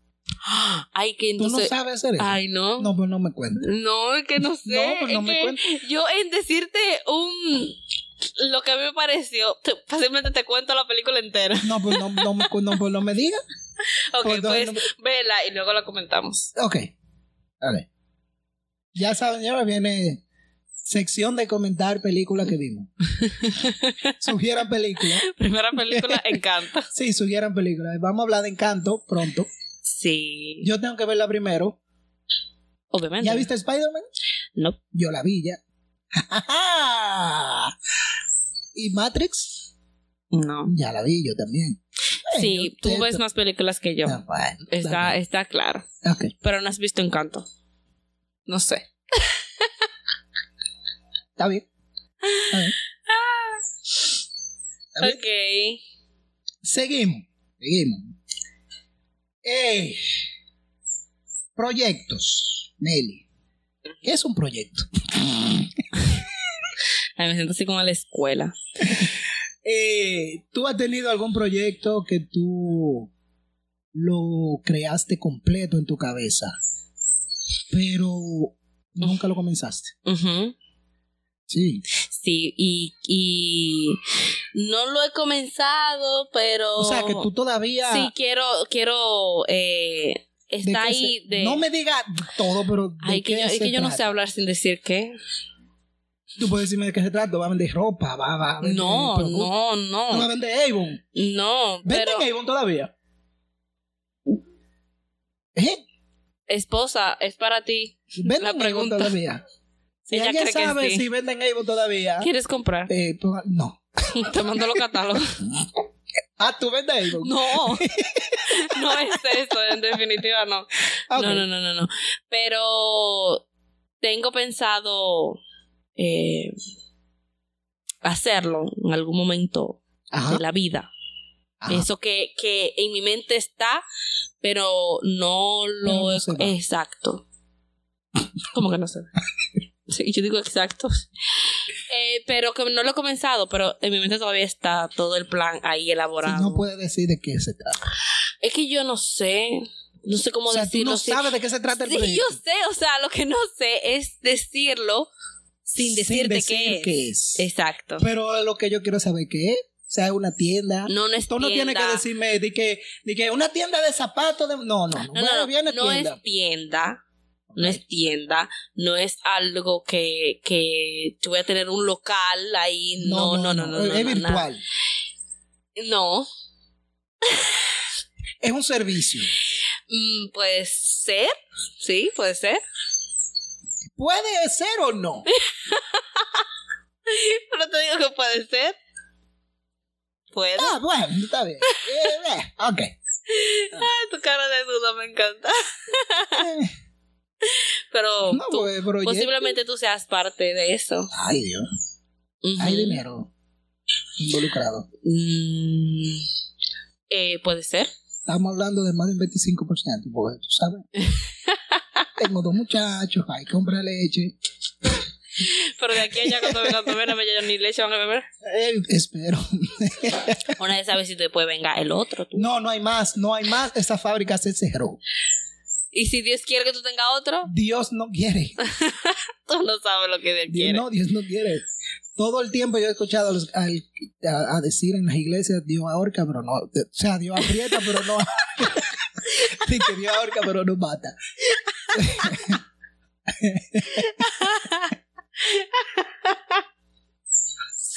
Ay, que Ah. ¿Tú no entonces. sabes hacer eso? Ay, no. No, pues no me cuentes. No, es que no sé. No, pues no es me que Yo en decirte un lo que a mí me pareció, te- fácilmente te cuento la película entera. No, pues no, no, me cu- no, pues no me digas. Ok, Pues, pues, no, no vela y luego la comentamos. Ok. Dale. Ya saben, ya viene sección de comentar películas que vimos. sugieran películas. Primera película, Encanto. Sí, sugieran películas. Vamos a hablar de Encanto pronto. Sí. Yo tengo que verla primero. Obviamente. ¿Ya viste Spider-Man? No. Yo la vi ya. ¿Y Matrix? No. Ya la vi yo también. Sí, yo tú te- ves más películas que yo. Ah, bueno, Está, está claro. bien. Ok, Pero no has visto Encanto. No sé. está bien. Está bien. Está bien. Ok. Seguimos. Seguimos. Eh, proyectos, Nelly. ¿Qué es un proyecto? Ay, me siento así como en la escuela. Eh, ¿Tú has tenido algún proyecto que tú lo creaste completo en tu cabeza, pero nunca lo comenzaste? Ujú. Sí. Sí, y, y no lo he comenzado, pero... O sea, que tú todavía... Sí, quiero, quiero, eh, ¿de está qué se- ahí de... No me digas todo, pero... ¿de Ay, que qué yo, es se que yo no sé trata? hablar sin decir qué. Tú puedes decirme de qué se trata. Va a vender ropa, va, va a vender No, productos, no, va a no, vender Avon. no, ¿Venden pero Avon todavía? ¿Eh? esposa, es para ti. ¿Venden La pregunta. Avon todavía? Si Ella alguien cree que sabe sí. si venden Avon todavía... ¿Quieres comprar? eh, ponga- no. Te mando los catálogos. Ah, ¿tú vendes Avon? No, no es eso, en definitiva no. Ah, ok. No, no, no, no, no. Pero tengo pensado eh, hacerlo en algún momento Ajá, de la vida. ajá. Eso que, que en mi mente está, pero no Pero lo no se da. exacto. ¿Cómo que no se da? Sí, yo digo exacto. Eh, pero que no lo he comenzado, pero en mi mente todavía está todo el plan ahí elaborado. Si no puedes decir de qué se trata. Es que yo no sé, no sé cómo O sea, tú decirlo. no sí. sabes de qué se trata el Sí, proyecto. yo sé, o sea, lo que no sé es decirlo sin decirte decir qué es. es. Exacto. Pero lo que yo quiero saber qué es. O sea, es una tienda. No, no es Tú no tienes que tienda. decirme de que, de que una tienda de zapatos. De... No, no, no. No, Bueno, no, viene no tienda. es tienda. No es tienda, no es algo que, que yo voy a tener un local ahí. No, no, no, no. no, es no, virtual. nada. No, Es un servicio. Mm, puede ser, sí, puede ser. Puede ser o no. Pero te digo que puede ser. Puede. Ah, bueno, está bien. Eh, eh, ok. Ay, tu cara de duda me encanta. Eh, Pero no, tú- pues, pero oye, posiblemente tú seas parte de eso. Ay, Dios. Ujú. Hay dinero involucrado. Mm, eh, puede ser. Estamos hablando de más de un 25%, porque tú sabes. Tengo dos muchachos, hay que comprar leche. Pero de aquí a allá cuando vengan a comer, ya ni leche van a beber. Eh, espero. Una vez sabes si después venga el otro. tú. No, no hay más, no hay más. Esta fábrica se cerró. Y si Dios quiere que tú tengas otro, Dios no quiere. tú no sabes lo que Dios Dios quiere. no, Dios no quiere. Todo el tiempo yo he escuchado a, los- al- a- a decir en las iglesias, Dios ahorca, pero no. O sea, Dios aprieta, pero no. Sí, que Dios ahorca, pero no mata.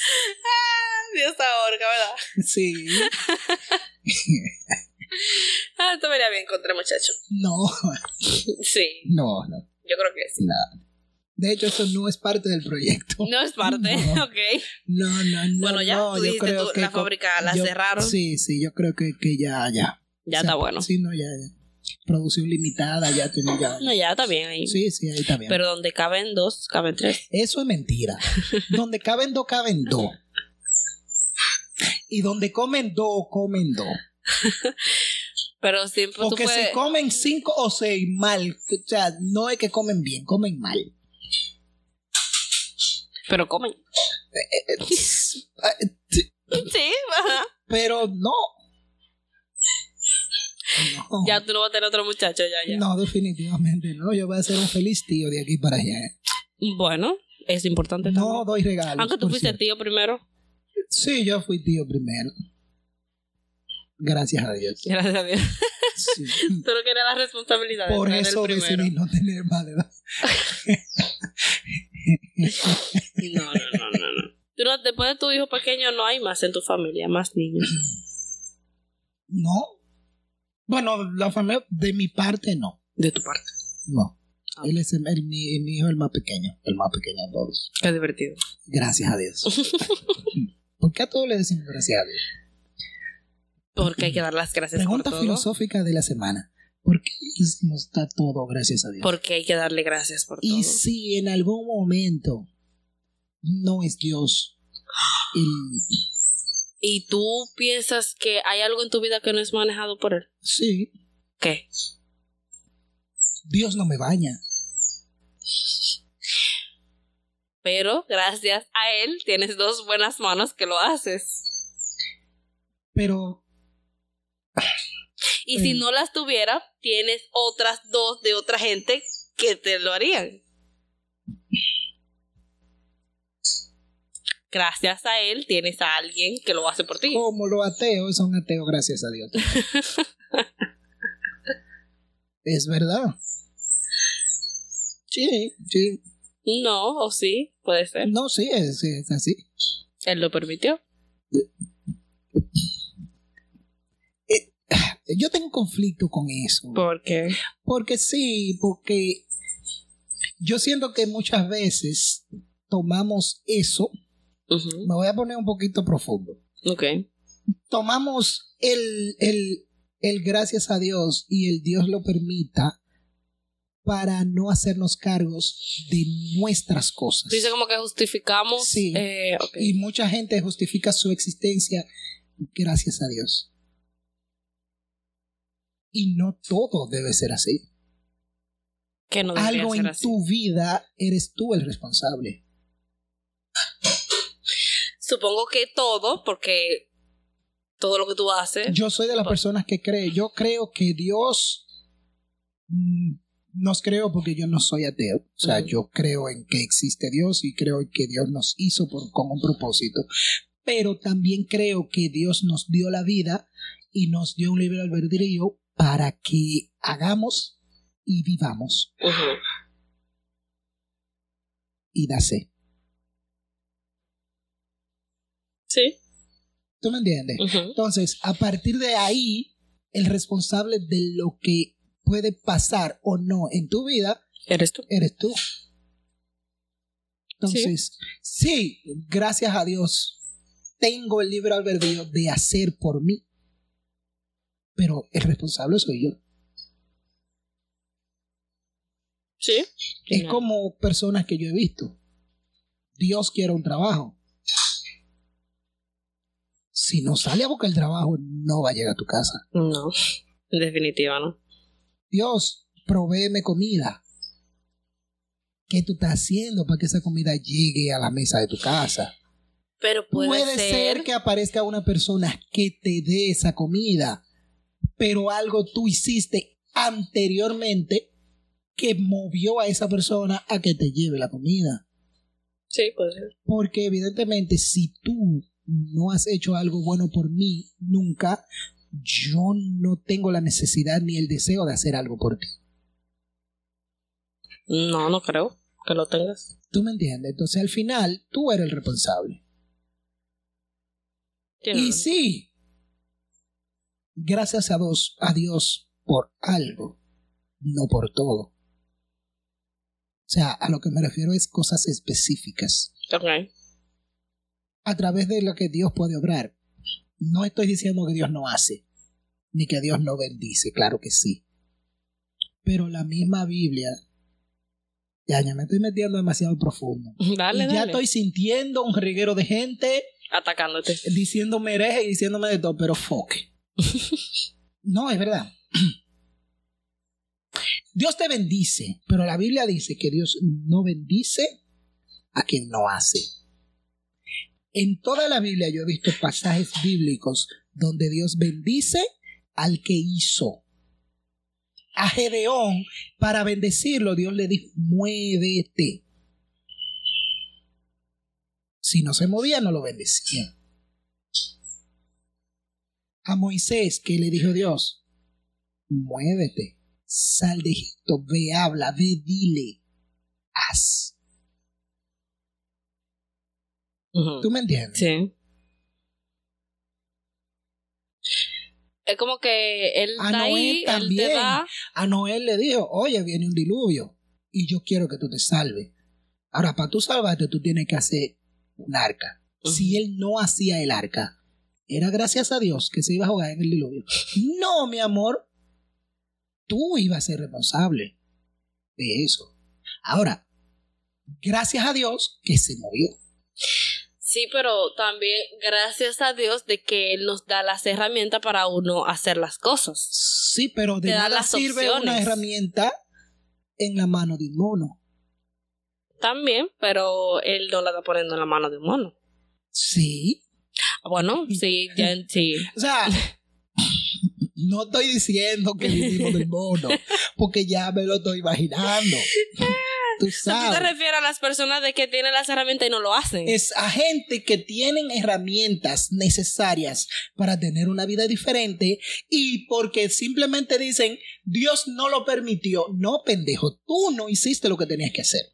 Ah, Dios ahorca, ¿verdad? Sí, Ah, tú me iría bien contra el muchacho. no, Sí, no, no. yo creo que sí. De hecho, eso no es parte del proyecto. No es parte, No. ok. No, no, no. Bueno, ya, no, tú dijiste tú, la co- fábrica la yo- cerraron. Sí, sí, yo creo que, que ya, ya. Ya O sea, está bueno. Sí, no, ya, ya. Producción limitada, ya tenía ya. No, ya está bien ahí. Sí, sí, ahí está bien. Pero donde caben dos, caben tres. Eso es mentira. donde caben dos, caben dos. Y donde comen dos, comen dos. Pero siempre Porque Pues tú puedes... si comen cinco o seis mal, o sea, no es que comen bien, comen mal. Eh, Pero comen. eh, Sí, ajá. Pero no. No, Ya tú no vas a tener otro muchacho, ya, ya. no definitivamente no. Yo voy a ser un feliz tío de aquí para allá. ¿eh? Bueno, es importante No también. doy regalos. Aunque tú por fuiste cierto. tío primero. Sí, yo fui tío primero. Gracias a Dios. Gracias a Dios. Sí. Tú no querías la responsabilidad de Por ser el eso primero. decidí no tener más de edad. No, no, no, no, no. Tú no- después de tu hijo pequeño no hay más en tu familia, más niños. No. Bueno, la familia de mi parte no. De tu parte. No. Ah. Él es el, el- mi, mi hijo el más pequeño. El más pequeño de todos. Qué divertido. Gracias a Dios. ¿Por qué a todos le decimos gracias a Dios? Porque hay que dar las gracias por Pregunta todo. filosófica de la semana. ¿Por qué le decimos a todo gracias a Dios? Porque hay que darle gracias por todo. Y si en algún momento no es Dios el... ¿Y tú piensas que hay algo en tu vida que no es manejado por él? Sí, ¿Qué? Dios no me baña. Pero gracias a él tienes dos buenas manos que lo haces. Pero Y si Mm. no las tuviera, tienes otras dos de otra gente que te lo harían. Gracias a él tienes a alguien que lo hace por ti. como los ateos son ateos gracias a Dios. es verdad. Sí, sí. No, o sí, puede ser. No, sí, es, es así. Él lo permitió. Yo tengo un conflicto con eso. Porque Porque sí, porque yo siento que muchas veces tomamos eso, me voy a poner un poquito profundo, Ok. tomamos el, el, el gracias a Dios y el Dios lo permita para no hacernos cargos de nuestras cosas. Dice como que justificamos. Sí. eh, ok. Y mucha gente justifica su existencia gracias a Dios. Y no todo debe ser así. que no debería Algo ser en así. tu vida eres tú el responsable. Supongo que todo, porque todo lo que tú haces. Yo soy de las personas que cree. Yo creo que Dios mm, nos creó porque yo no soy ateo. O sea, Ujú. yo creo en que existe Dios y creo en que Dios nos hizo por- con un propósito. Pero también creo que Dios nos dio la vida y nos dio un libre albedrío para que hagamos y vivamos. Ujú. Y dase. Sí. ¿Tú me entiendes? Ujú. Entonces, a partir de ahí, el responsable de lo que puede pasar o no en tu vida Eres tú. eres tú. Entonces, sí. gracias a Dios, tengo el libre albedrío de hacer por mí, pero el responsable soy yo. Sí. Es No. como personas que yo he visto. Dios quiere un trabajo. Si no sale a buscar el trabajo, no va a llegar a tu casa. No. En definitiva, no. Dios, provéeme comida. ¿Qué tú estás haciendo para que esa comida llegue a la mesa de tu casa? Pero puede, ser. que aparezca una persona que te dé esa comida, pero algo tú hiciste anteriormente que movió a esa persona a que te lleve la comida. Sí, puede ser. Porque evidentemente si tú no has hecho algo bueno por mí nunca, yo no tengo la necesidad ni el deseo de hacer algo por ti. No, no creo que lo tengas. ¿Tú me entiendes? Entonces al final tú eres el responsable. Tiene Y razón. sí, gracias a Dios, a Dios por algo, no por todo. O sea, a lo que me refiero es cosas específicas, Ok. a través de lo que Dios puede obrar. No estoy diciendo que Dios no hace, ni que Dios no bendice, claro que sí. Pero la misma Biblia, ya, ya me estoy metiendo demasiado profundo. Dale, y dale. ya estoy sintiendo un reguero de gente Atacándote. diciéndome hereje y diciéndome de todo, pero foque. no, es verdad. Dios te bendice, pero la Biblia dice que Dios no bendice a quien no hace. En toda la Biblia yo he visto pasajes bíblicos donde Dios bendice al que hizo. A Gedeón, para bendecirlo, Dios le dijo, muévete. Si no se movía, no lo bendecía a Moisés que le dijo Dios, muévete, sal de Egipto, ve, habla, ve, dile, haz. Ujú. ¿Tú me entiendes? Sí. Es como que él A está Noé ahí, él Ah, también. te da. A Noel le dijo, oye, viene un diluvio y yo quiero que tú te salves. Ahora, para tú salvarte, tú tienes que hacer un arca. Ujú. Si él no hacía el arca, era gracias a Dios que se iba a jugar en el diluvio. No, mi amor, tú ibas a ser responsable de eso. Ahora, gracias a Dios que se movió. Sí, pero también gracias a Dios de que él nos da las herramientas para uno hacer las cosas. Sí, pero de Te da nada las sirve una opciones. herramienta en la mano de un mono. También, pero él no la está poniendo en la mano de un mono. Ah, Sí. Bueno, sí, ya en- sí. O sea, no estoy diciendo que vivimos del mono, porque ya me lo estoy imaginando. Tú O sea, ¿Tú te sabes. refieres a las personas de que tienen las herramientas y no lo hacen? Es a gente que tienen herramientas necesarias para tener una vida diferente y porque simplemente dicen, Dios no lo permitió. No, pendejo, tú no hiciste lo que tenías que hacer.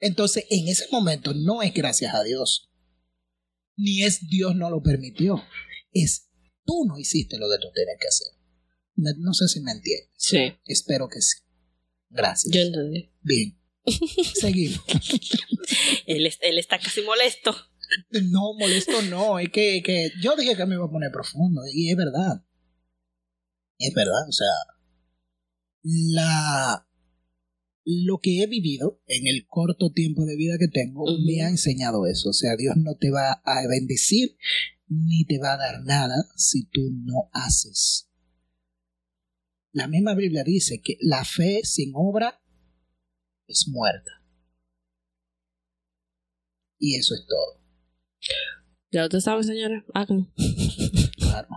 Entonces, en ese momento no es gracias a Dios. Ni es Dios no lo permitió. Es tú no hiciste lo que tú tenías que hacer. No, no sé si me entiendes. Sí, Espero que sí. Gracias. yo entendí. Bien. Seguimos. Él, es- él está casi molesto. No, molesto no. Es que, que yo dije que me iba a poner profundo y es verdad. Es verdad, o sea, la lo que he vivido en el corto tiempo de vida que tengo Ujú. me ha enseñado eso. O sea, Dios no te va a bendecir ni te va a dar nada si tú no haces. La misma Biblia dice que la fe sin obra es muerta. Y eso es todo. Ya usted sabe, señores. Hagan. Claro.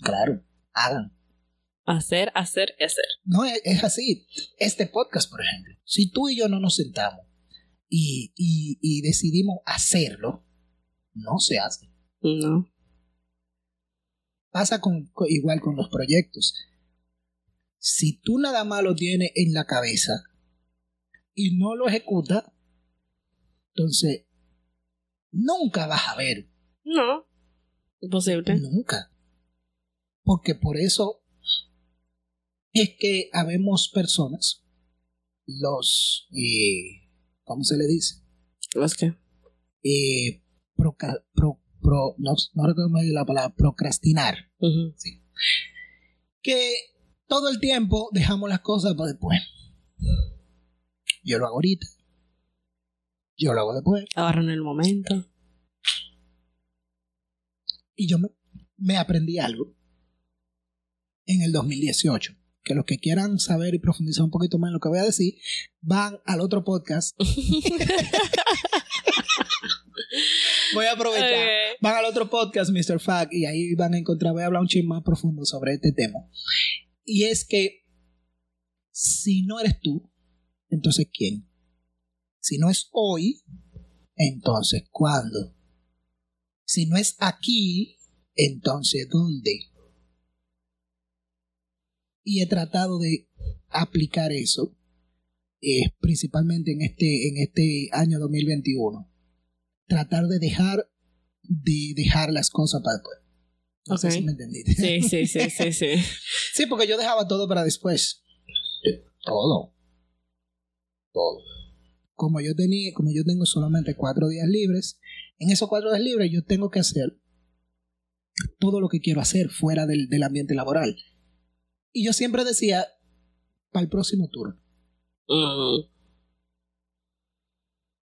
Claro. Hagan. Hacer, hacer y hacer. No, es, es así. Este podcast, por ejemplo, si tú y yo no nos sentamos y, y- y decidimos hacerlo, no se hace. No. Pasa con, con- igual con los proyectos. Si tú nada más lo tienes en la cabeza y no lo ejecutas, entonces nunca vas a ver No. Imposible. Nunca. Porque por eso es que habemos personas, los, eh, ¿cómo se le dice? Los que. Eh, proca- pro- pro- no, no recuerdo muy bien la palabra, procrastinar. Ujú. Que todo el tiempo dejamos las cosas para después. Yo lo hago ahorita. Yo lo hago después. Agarran el momento. Y yo me, me aprendí algo en el 2018. Que los que quieran saber y profundizar un poquito más en lo que voy a decir, van al otro podcast. voy a aprovechar. Ok. Van al otro podcast, Mr. Fact, y ahí van a encontrar, voy a hablar un chin más profundo sobre este tema. Y es que si no eres tú, entonces ¿quién? Si no es hoy, entonces ¿cuándo? Si no es aquí, entonces ¿dónde? Y he tratado de aplicar eso, eh, principalmente en este, en este año 2021. Tratar de dejar de dejar las cosas para después. No sé Ok. si me entendiste. Sí, sí, sí, sí, sí. Sí, porque yo dejaba todo para después. Todo. Todo. Como yo tenía, como yo tengo solamente cuatro días libres, en esos cuatro días libres yo tengo que hacer todo lo que quiero hacer fuera del, del ambiente laboral. Y yo siempre decía, para el próximo turno, Mm.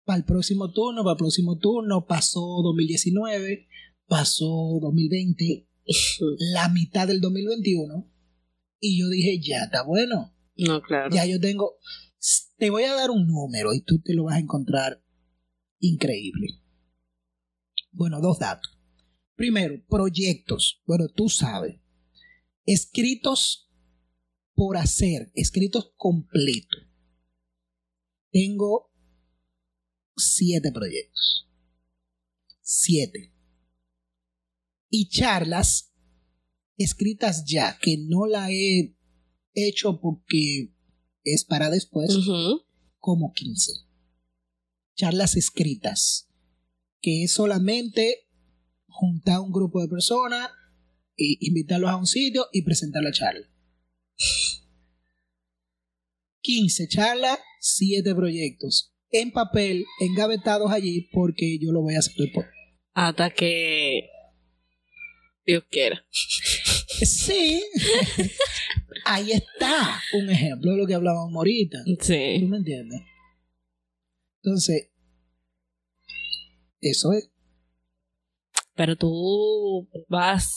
para el próximo turno, para el próximo turno, pasó 2019, pasó 2020, la mitad del 2021, y yo dije, ya está bueno. No, claro. Ya yo tengo. Te voy a dar un número y tú te lo vas a encontrar increíble. Bueno, dos datos. Primero, proyectos. Bueno, tú sabes. Escritos por hacer, escritos completos. Tengo siete proyectos. Siete. Y charlas escritas ya, que no la he hecho porque es para después Ujú. como 15. Charlas escritas, que es solamente juntar un grupo de personas, e invitarlos a un sitio y presentar la charla. 15 charlas, 7 proyectos, en papel, engavetados allí, porque yo lo voy a hacer después. Hasta que Dios quiera. Sí, ahí está un ejemplo de lo que hablábamos ahorita. ¿Tú Sí. me entiendes? Entonces, eso es. Pero tú vas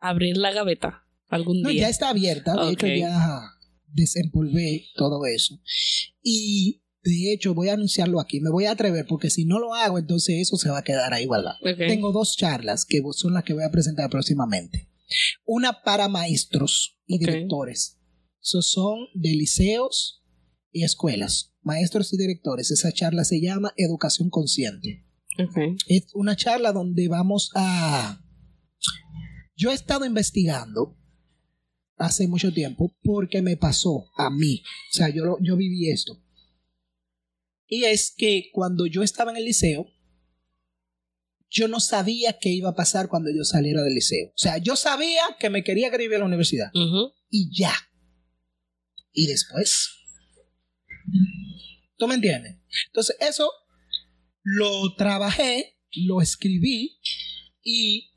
a abrir la gaveta algún No, ya día. está abierta. De Ok. hecho, ya desempolvé todo eso. Y de hecho, voy a anunciarlo aquí. Me voy a atrever porque si no lo hago, entonces eso se va a quedar ahí guardado. Ok. Tengo dos charlas que son las que voy a presentar próximamente. Una para maestros y Ok. directores. Esos son de liceos y escuelas. Maestros y directores. Esa charla se llama Educación Consciente. Ok. es una charla donde vamos a... Yo he estado investigando hace mucho tiempo porque me pasó a mí. O sea, yo, lo- yo viví esto. Y es que cuando yo estaba en el liceo, yo no sabía qué iba a pasar cuando yo saliera del liceo. O sea, yo sabía que me quería escribir a la universidad. Ujú. Y ya. Y después. ¿Tú me entiendes? Entonces, eso lo trabajé, lo escribí y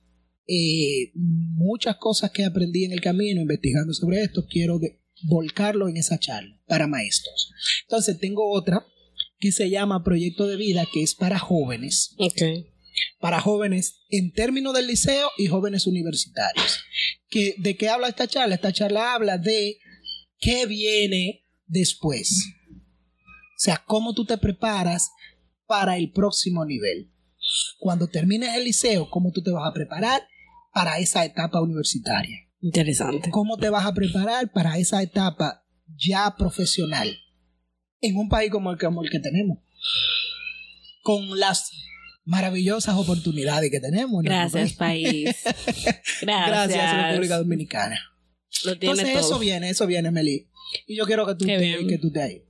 eh, muchas cosas que aprendí en el camino investigando sobre esto, quiero de- volcarlo en esa charla para maestros. Entonces, tengo otra que se llama Proyecto de Vida, que es para jóvenes Ok. para jóvenes en términos del liceo y jóvenes universitarios. Que, ¿De qué habla esta charla? Esta charla habla de qué viene después. O sea, cómo tú te preparas para el próximo nivel. Cuando termines el liceo, ¿cómo tú te vas a preparar para esa etapa universitaria? Interesante. ¿Cómo te vas a preparar para esa etapa ya profesional en un país como el, como el que tenemos? Con las maravillosas oportunidades que tenemos. en nuestro Gracias, país. país. Gracias. Gracias, República Dominicana. Lo tiene Entonces eso todo. viene, eso viene, Meli. Y yo quiero que tú, Qué te, bien. que tú te ahí.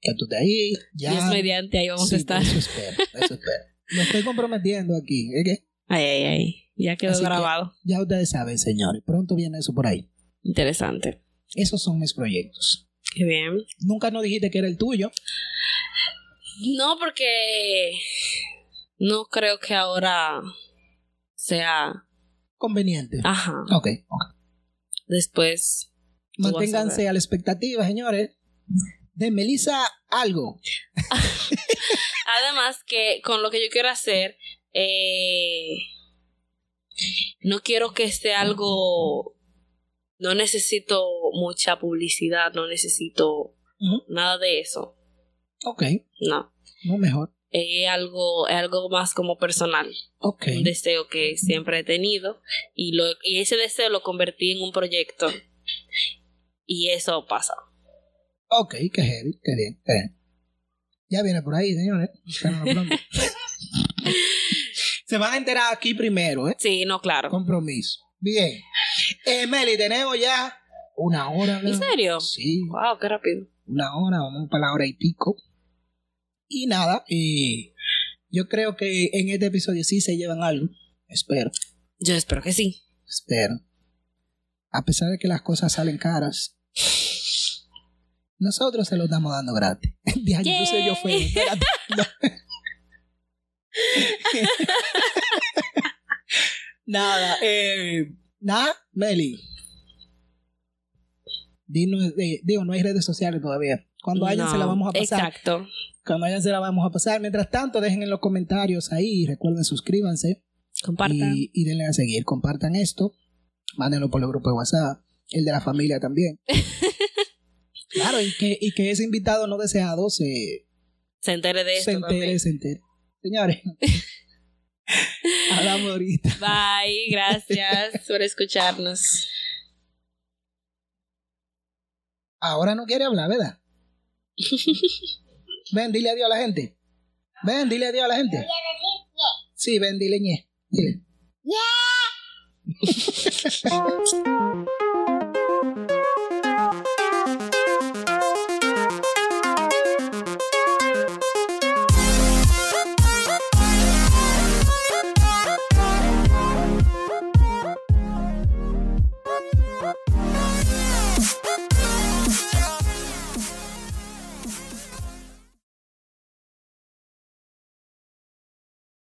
Que tú te ahí. Ya. Dios mediante, ahí vamos Sí, a estar. Eso espero, eso espero. Me estoy comprometiendo aquí. ¿eh? ¿Qué? Ay, ay, ay. Ya quedó Así que- grabado. Ya ustedes saben, señores. Pronto viene eso por ahí. Interesante. Esos son mis proyectos. Qué bien. Nunca nos dijiste que era el tuyo. No, porque no creo que ahora sea. Conveniente. Ajá. Ok, ok. Después. Tú vas a Manténganse a la expectativa, señores. De Melissa algo. Además que con lo que yo quiero hacer, eh, no quiero que esté algo, no necesito mucha publicidad, no necesito Ujú. nada de eso, Ok, no. no mejor. Es algo, es algo más como personal, Ok. un deseo que siempre he tenido y, lo, y ese deseo lo convertí en un proyecto y eso pasa. Ok, qué heavy, qué bien, qué bien. Ya viene por ahí, señores. Espérenlo pronto. Se van a enterar aquí primero, ¿eh? Sí, no, claro. Compromiso. Bien. Eh, Meli, tenemos ya una hora. ¿En ¿verdad? serio? Sí, Wow, qué rápido. una hora, vamos para la hora y pico. Y nada, eh, yo creo que en este episodio sí se llevan algo. Espero, Yo espero que sí. espero. A pesar de que las cosas salen caras, nosotros se lo estamos dando gratis. Diablo, yo soy yo feo, espérate. No. nada, eh, nada, Meli. Dinos, eh, digo, no hay redes sociales todavía. Cuando hayan se la No, vamos a pasar. Exacto. Cuando hayan se la vamos a pasar. Mientras tanto, dejen en los comentarios ahí. Recuerden, suscríbanse. Compartan. Y, y denle a seguir. Compartan esto. Mándenlo por el grupo de WhatsApp. El de la familia también. claro, y que, y que ese invitado no deseado se, se entere de esto. se entere, también. se entere. Señores, hablamos ahorita. Bye, gracias por escucharnos. Ahora no quiere hablar, ¿verdad? Ven, dile adiós a la gente. Ven, dile adiós a la gente. Sí, ven, dile ñe. Dile. Yeah.